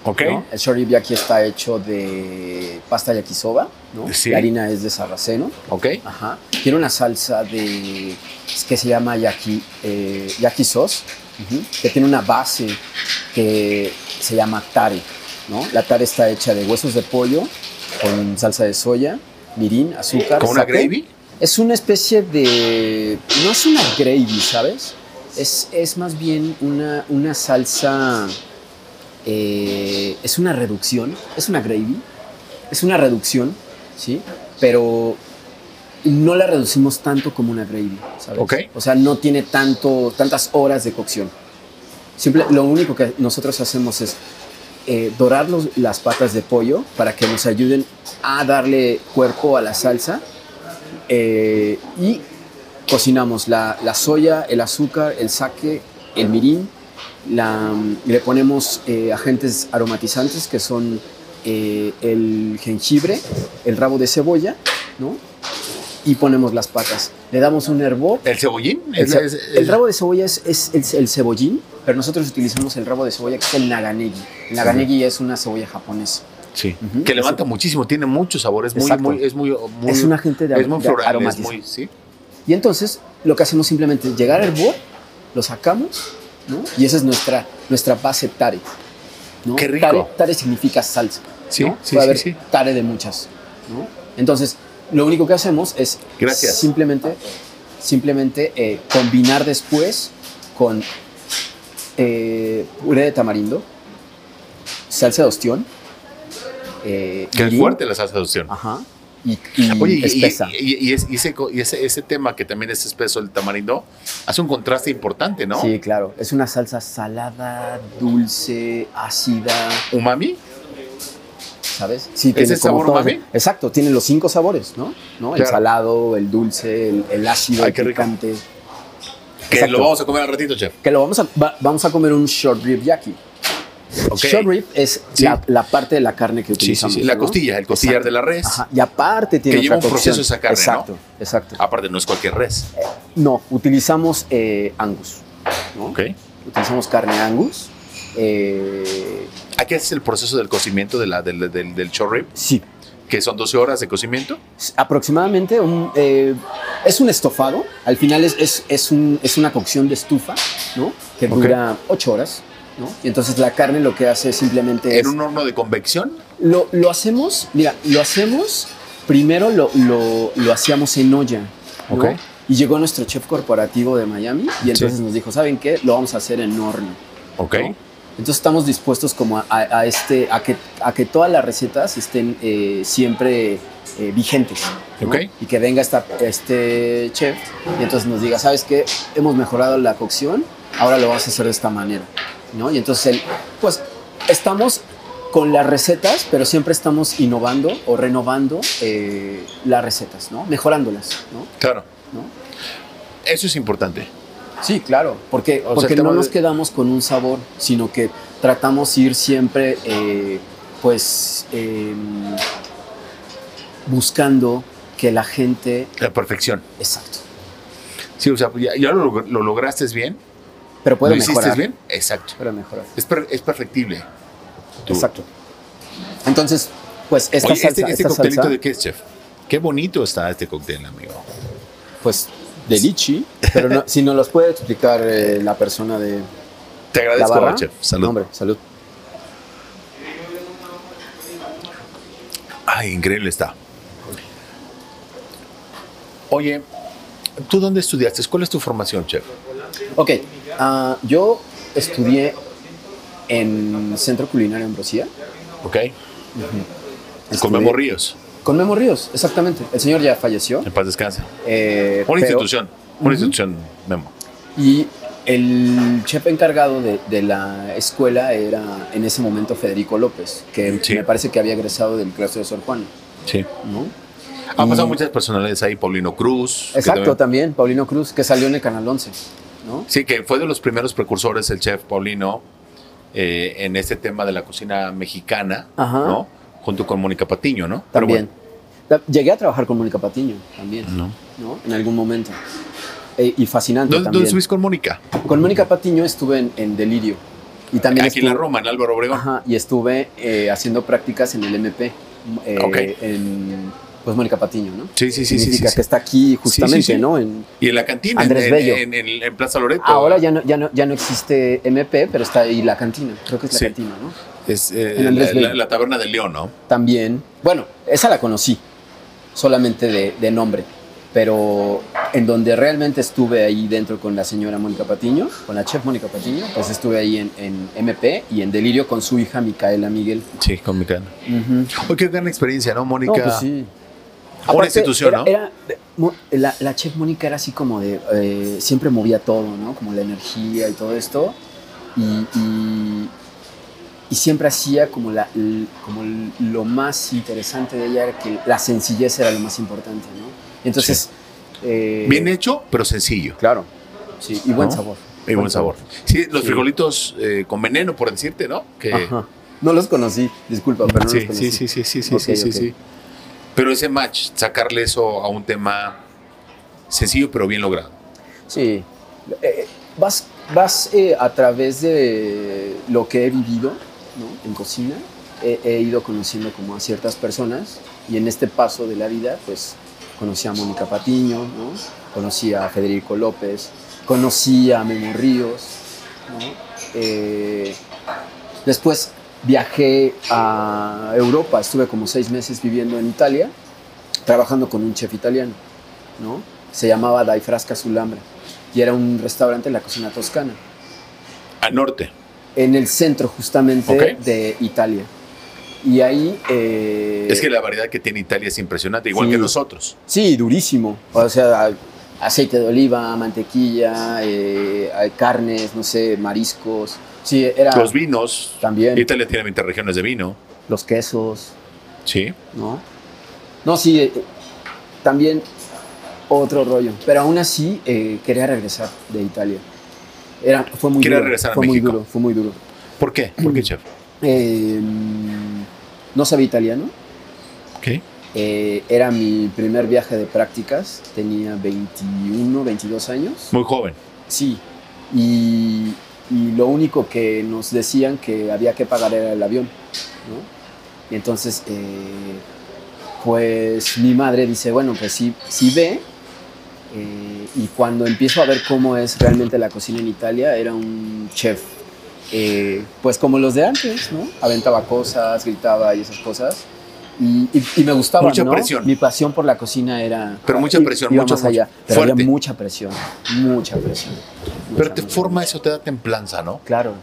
¿Ok? ¿no? El shoribyaki está hecho de pasta yakisoba, ¿no? Sí. La harina es de sarraceno. ¿Ok? Ajá. Tiene una salsa de es que se llama yaki, eh, yaki sauce, ujú, que tiene una base que se llama tare, ¿no? La tare está hecha de huesos de pollo con salsa de soya, mirin, azúcar. ¿Con una sake. gravy? Es una especie de. No es una gravy, ¿sabes? Es, es más bien una, una salsa. eh, es una reducción. Es una gravy. Es una reducción, ¿sí? Pero no la reducimos tanto como una gravy, ¿sabes? Ok. O sea, no tiene tanto, tantas horas de cocción. Simple, lo único que nosotros hacemos es eh, dorar los- las patas de pollo para que nos ayuden a darle cuerpo a la salsa eh, y cocinamos la, la soya, el azúcar, el sake, el mirin, la- le ponemos eh, agentes aromatizantes que son eh, el jengibre, el rabo de cebolla, ¿no? Y ponemos las patas. Le damos un hervor. ¿El cebollín? El, Es- ce- es- el es- rabo de cebolla es, es el, el cebollín, pero nosotros utilizamos el rabo de cebolla que es el naganegi. El naganegi es una cebolla japonesa. Sí. Ujú. Que levanta muchísimo, tiene mucho sabor, es muy, Exacto. muy, es muy, muy- es un agente de, es muy de floral, es aromatizante. muy, sí. Y entonces lo que hacemos simplemente es llegar al hervor, lo sacamos, ¿no? Y esa es nuestra, nuestra base tare. ¿no? ¡Qué rico! Tare, tare significa salsa. Sí, ¿no? sí, Puede sí, haber sí. tare de muchas. ¿no? Entonces, lo único que hacemos es Gracias. simplemente, simplemente eh, combinar después con eh, puré de tamarindo, salsa de ostión. eh, Que es mirin, fuerte la salsa de opción. Ajá. Y, y Ah, Oye, y, espesa. y- y- y es- y ese, co- y ese, ese tema que también es espeso, el tamarindo, hace un contraste importante, ¿no? Sí, claro. Es una salsa salada, dulce, ácida, Umami, ¿sabes? Sí, el sabor todos- umami? Exacto, tiene los cinco sabores, ¿no? ¿No? El Claro. salado, el dulce, el, el ácido, Ay, el qué rico. picante. que Exacto. lo vamos a comer al ratito, chef. Que lo vamos a, va- vamos a comer un short rib yaki. Ok. Short rib es Sí. la, la parte de la carne que Sí, utilizamos. sí, sí, la ¿no? costilla, el costillar Exacto. de la res. Ajá, Y aparte tiene Que lleva otra un proceso cocción. esa carne, Exacto, exacto. Aparte, no es cualquier res. No, utilizamos eh, angus. ¿no? Ok. Utilizamos carne angus. eh, Aquí es el proceso del cocimiento de la, del, del, del short rib, sí, que son 12 horas de cocimiento. aproximadamente un, eh, es un estofado. Al final es, es, es un- es una cocción de estufa, ¿no? Que Ok. dura ocho horas, ¿no? Y entonces la carne lo que hace simplemente es... En un horno de convección. Lo, lo hacemos, mira, lo hacemos, primero lo, lo- lo hacíamos en olla, ¿no? Ok. Y llegó nuestro chef corporativo de Miami y entonces nos dijo, ¿saben qué? Lo vamos a hacer en horno. Ok. ¿no? Entonces estamos dispuestos como a, a- a este, a, que, a que todas las recetas estén eh, siempre eh, vigentes. ¿no? Ok. Y que venga esta, este chef y entonces nos diga, ¿sabes qué? Hemos mejorado la cocción, ahora lo vamos a hacer de esta manera. ¿no? Y entonces, él, pues estamos con las recetas, pero siempre estamos innovando o renovando eh, las recetas, ¿no? mejorándolas. ¿no? Claro. ¿No? Eso es importante. Sí, claro, porque, sea, porque el tema no nos de- quedamos con un sabor, sino que tratamos ir siempre, eh, pues, eh, buscando que la gente... La perfección. Exacto. Sí, o sea, ya, ya lo, log- lo lograste bien, Pero puede ¿Lo hiciste mejorar. bien? Exacto. Puede mejorar. Es, per- es perfectible. Tú. Exacto. Entonces, pues esta Oye, salsa, este, este esta coctelito salsa, de qué es, chef? Qué bonito está este cóctel, amigo. pues de lichi, pero no- si nos los puede explicar eh, la persona de Te la agradezco, barra. chef. Salud. Hombre, salud. Ay, increíble está. Oye, ¿tú dónde estudiaste? ¿Cuál es tu formación, chef? Ok, ah, yo estudié en Centro Culinario en Brosía. ¿Ok? Con Memo Ríos. Con Memo Ríos, exactamente. El señor ya falleció. En paz descanse. eh, Una pero- institución. Una Ujú. institución, Memo. Y el chef encargado de, de la escuela era en ese momento Federico López, que Sí. me parece que había egresado del claustro de Sor Juana. Sí. ¿no? Han Y- pasado muchas personalidades ahí. Paulino Cruz. que Exacto, también- también Paulino Cruz, que salió en el Canal 11. ¿no? Sí, que fue de los primeros precursores el chef Paulino eh, en este tema de la cocina mexicana, Ajá. ¿no? Junto con Mónica Patiño, ¿no? Pero También. La- Llegué a trabajar con Mónica Patiño, también, bueno, ¿no? ¿no? En algún momento. E- y fascinante ¿Dónde, dónde también. estuviste con Mónica? Con Mónica Patiño estuve en, en Delirio. Y también Aquí en la estuve- Roma, en Álvaro Obregón. Ajá, y estuve eh, haciendo prácticas en el MP. eh, Ok. en, pues Mónica Patiño, ¿no? Sí, sí, sí, sí, sí, Significa sí. que está aquí justamente, Sí, sí, sí. ¿no? En- Y en la cantina, en, Andrés en- Bello. en- en- en Plaza Loreto. ahora ya no, ya, no, ya no existe MP, pero está ahí la cantina. Creo que es la Sí. cantina, ¿no? Es eh, en la, Andrés la- Bello. la taberna del León, ¿no? También, bueno, esa la conocí, solamente de, de nombre, pero en donde realmente estuve ahí dentro con la señora Mónica Patiño, con la chef Mónica Patiño, pues estuve ahí en, en MP y en Delirio con su hija Micaela Miguel. Sí, con Mónica. Ujú. Oye, qué gran experiencia, ¿no, Mónica? No, pues sí. Una institución, era- ¿no? era- mo- la, la chef Mónica era así como de. eh, siempre movía todo, ¿no? Como la energía y todo esto. Y, y- y siempre hacía como, la, l- como l- lo más interesante de ella era que la sencillez era lo más importante, ¿no? Y entonces. eh, Bien hecho, pero sencillo. Claro. Sí, y buen ¿No? sabor. Y buen sabor. Sí, los Sí. frijolitos eh, con veneno, por decirte, ¿no? Que, Ajá. No los conocí, disculpa, pero no los Eh, sí, conocí. sí, sí, sí, sí, sí, Ok, sí, sí, ok. sí. Pero ese match, sacarle eso a un tema sencillo pero bien logrado. Sí. Eh, vas vas eh, a través de lo que he vivido ¿no? en cocina, he, he ido conociendo como a ciertas personas y en este paso de la vida, pues conocí a Mónica Patiño, ¿no? conocí a Federico López, conocí a Memo Ríos. ¿no? Eh, después viajé a Europa, estuve como seis meses viviendo en Italia, trabajando con un chef italiano. ¿no? Se llamaba Dai Frasca Zulambra y era un restaurante en la cocina toscana, Al norte. en el centro justamente Ok. de Italia. Y ahí... eh, es que la variedad que tiene Italia es impresionante, igual Sí. que nosotros. Sí, durísimo. O sea, aceite de oliva, mantequilla, eh, hay carnes, no sé, mariscos. Sí, era Los vinos. también Italia tiene 20 regiones de vino. los quesos, Sí. ¿no? No, sí, eh, también otro rollo. Pero aún así eh, quería regresar de Italia. Era, fue muy Quería duro. regresar a fue México. muy duro, fue muy duro. ¿Por qué? ¿Por qué, chef? Eh, no sabía italiano. ¿Qué? Eh, era mi primer viaje de prácticas. Tenía 21, 22 años. Muy joven. Sí. Y, y lo único que nos decían que había que pagar era el avión. ¿no? Y entonces, eh, pues mi madre dice, bueno, pues sí, sí ve. Eh, y cuando empiezo a ver cómo es realmente la cocina en Italia, era un chef, eh, pues como los de antes, ¿no? Aventaba cosas, gritaba y esas cosas. Y, y- y me gustaba, Mucha ¿no? presión. Mi pasión por la cocina era... Pero mucha i- presión, iba mucho, más allá. mucho. Pero había Fuerte. mucha presión, mucha presión. Pero mucha, te mucha, forma mucha. eso, te da templanza, ¿no? Claro.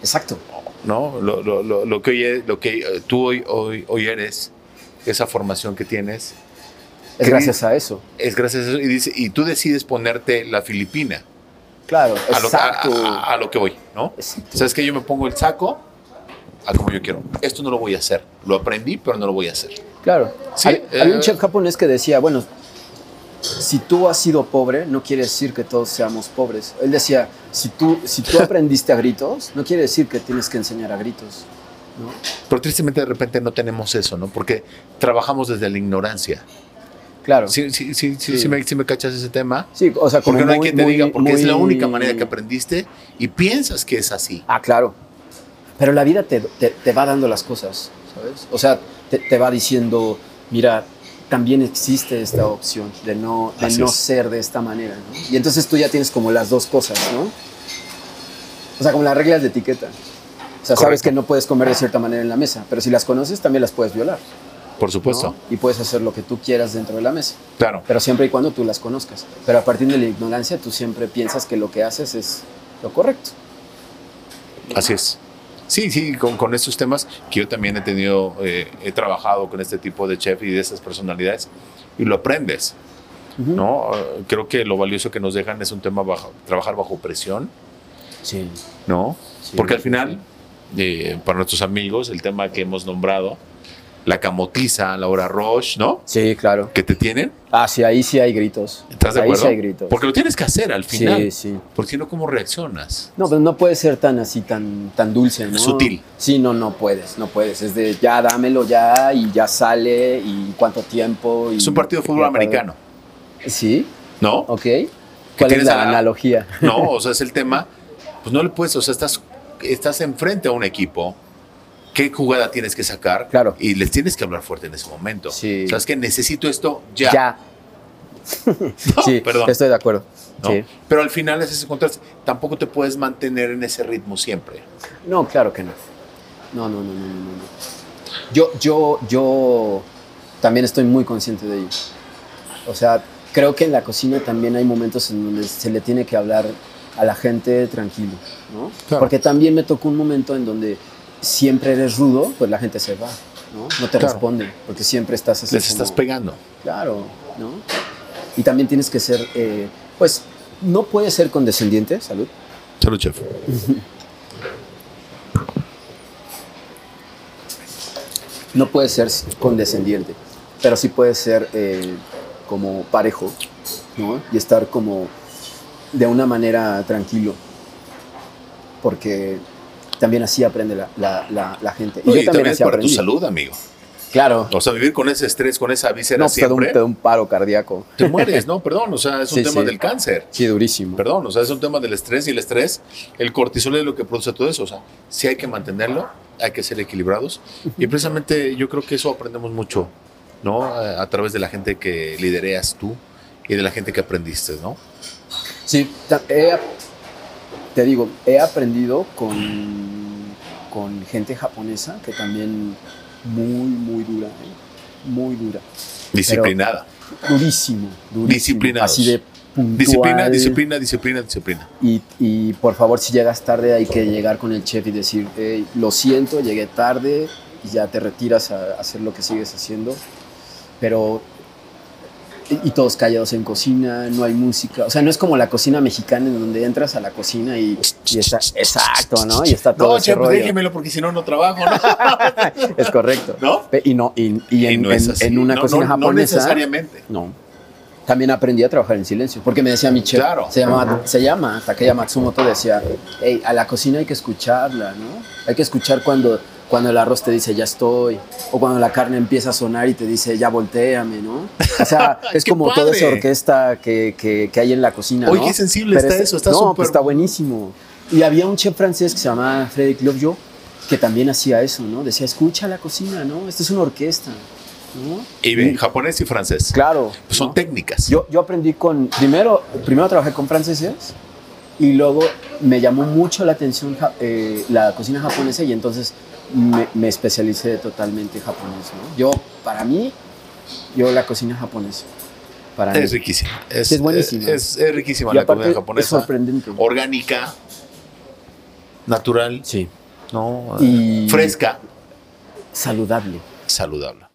Exacto. ¿No? Lo, lo- lo- lo que, hoy es- lo que eh, tú hoy, hoy, hoy eres, esa formación que tienes, Es Cre- gracias a eso. es gracias a eso. Y, dice, y tú decides ponerte la filipina Claro, a lo, a- exacto. a- a lo que voy, ¿no? Exacto. ¿Sabes que Yo me pongo el saco a como yo quiero. Esto no lo voy a hacer. Lo aprendí, pero no lo voy a hacer. Claro. Sí, Hab- había eh, un chef japonés que decía, bueno, si tú has sido pobre, no quiere decir que todos seamos pobres. Él decía, si tú, si *laughs* tú aprendiste a gritos, no quiere decir que tienes que enseñar a gritos. ¿no? Pero tristemente de repente no tenemos eso, ¿no? Porque trabajamos desde la ignorancia. claro. Sí, Si, si, si, si- Sí. si me, si me cachas ese tema, o sea, como porque no hay muy- quien te muy- diga, porque es la muy- única manera que aprendiste y piensas que es así. Ah, claro. Pero la vida te, te- te va dando las cosas, ¿sabes? O sea, te, te va diciendo, mira, también existe esta opción de no, de Así no es. ser de esta manera, ¿no? Y entonces tú ya tienes como las dos cosas, ¿no? O sea, como las reglas de etiqueta. O sea, sabes Correcto. que no puedes comer de cierta manera en la mesa, pero si las conoces también las puedes violar. ¿no? Por supuesto. Y puedes hacer lo que tú quieras dentro de la mesa, Claro. pero siempre y cuando tú las conozcas. Pero a partir de la ignorancia tú siempre piensas que lo que haces es lo correcto. Así es. Sí, sí, con, con estos temas que yo también he tenido, eh, he trabajado con este tipo de chef y de esas personalidades y lo aprendes, Ujú. ¿no? Eh, Creo que lo valioso que nos dejan es un tema bajo, trabajar bajo presión, Sí. ¿no? sí, Porque al sí, final, sí. eh, para nuestros amigos, el tema que hemos nombrado, la camotiza, la hora Roche, ¿no? Sí, claro. Que te tienen, Ah, sí, ahí sí hay gritos. ¿estás de ahí acuerdo? sí hay gritos. Porque lo tienes que hacer al final. Sí, sí. Porque si no, ¿cómo reaccionas? No, pero no puede ser tan así, tan, tan dulce, ¿no? Sutil. Sí, no, no puedes, no puedes. Es de ya dámelo ya y ya sale y cuánto tiempo. y- Es un partido de y fútbol acá- americano, Sí, ¿no? ok. ¿Cuál es tienes la a la- analogía? No, o sea, es el tema. Pues no le puedes, o sea, estás, estás enfrente a un equipo. ¿Qué jugada tienes que sacar? Claro. Y les tienes que hablar fuerte en ese momento. Sí. ¿Sabes que Necesito esto ya. *laughs* No, sí, perdón. estoy de acuerdo. ¿no? Sí. Pero al final es ese contraste. Tampoco te puedes mantener en ese ritmo siempre. No, claro que no. No, no, no, no, no, no, no. Yo, yo, yo también estoy muy consciente de ello. O sea, creo que en la cocina también hay momentos en donde se le tiene que hablar a la gente tranquilo, ¿no? Claro. Porque también me tocó un momento en donde siempre eres rudo, pues la gente se va, ¿no? No te Claro. responde, porque siempre estás así. Les estás como- pegando. Claro, ¿no? Y también tienes que ser, eh, pues, no puedes ser condescendiente, salud. Salud, chef. no puede ser condescendiente, pero sí puede ser eh, como parejo, ¿no? Y estar como de una manera tranquilo, porque también así aprende la, la- la- la gente. Oye, y también es así para aprendí. tu salud, amigo. Claro. O sea, vivir con ese estrés, con esa víscera No, pues, te da, un, siempre. te da un paro cardíaco. Te mueres, ¿no? Perdón, o sea, es un Sí, tema sí. del cáncer. Sí, durísimo. Perdón, o sea, es un tema del estrés y el estrés, el cortisol es lo que produce todo eso. O sea, sí hay que mantenerlo, hay que ser equilibrados. Y precisamente yo creo que eso aprendemos mucho, ¿no? A, a través de la gente que lidereas tú y de la gente que aprendiste, ¿no? Sí, ta- he ap- te digo, he aprendido con, con gente japonesa que también muy, muy dura, ¿eh? muy dura. Disciplinada. durísimo, durísimo. Disciplinados. Así de puntual. disciplina, disciplina, disciplina, disciplina. Y, y por favor, si llegas tarde, hay que llegar con el chef y decir, "Ey, lo siento, llegué tarde, y ya te retiras a hacer lo que sigues haciendo. Pero. Y, y todos callados en cocina, no hay música. O sea, no es como la cocina mexicana en donde entras a la cocina y, y está. Exacto, ¿no? Y está todo. No, pues, ese chef, rollo. déjemelo porque si no, no trabajo, ¿no? Es correcto. *laughs* ¿No? Pe- Y, no, y, y en, Y no es en- así. en una No, cocina no, No japonesa. necesariamente. No. También aprendí a trabajar en silencio, porque me decía mi chef, Claro. se, llama, se llama Takeya Matsumoto, decía, "Ey, a la cocina hay que escucharla, ¿no? Hay que escuchar cuando, cuando el arroz te dice, ya estoy, o cuando la carne empieza a sonar y te dice, ya volteame, ¿no? *laughs* O sea, es ¡Qué como toda esa padre! orquesta que, que- que hay en la cocina, Oye, ¿no? qué sensible Pero está este- eso, está no, súper- pues está buenísimo. Y había un chef francés que se llamaba Frédéric Loviot, que también hacía eso, ¿no? Decía, escucha la cocina, ¿no? Esto es una orquesta, ¿no? Y ve, japonés y francés. Claro. Pues son ¿no? técnicas. Yo, yo aprendí con, primero, primero trabajé con franceses y luego me llamó mucho la atención ja- eh, la cocina japonesa y entonces me, me especialicé totalmente en japonés. ¿no? Yo, para mí, yo la cocina japonesa. Para mí. es riquísima. Es, Es buenísima. Es, es riquísima Y la aparte comida es japonesa. sorprendente. orgánica, natural, Sí. ¿no? Y- fresca, Saludable. saludable.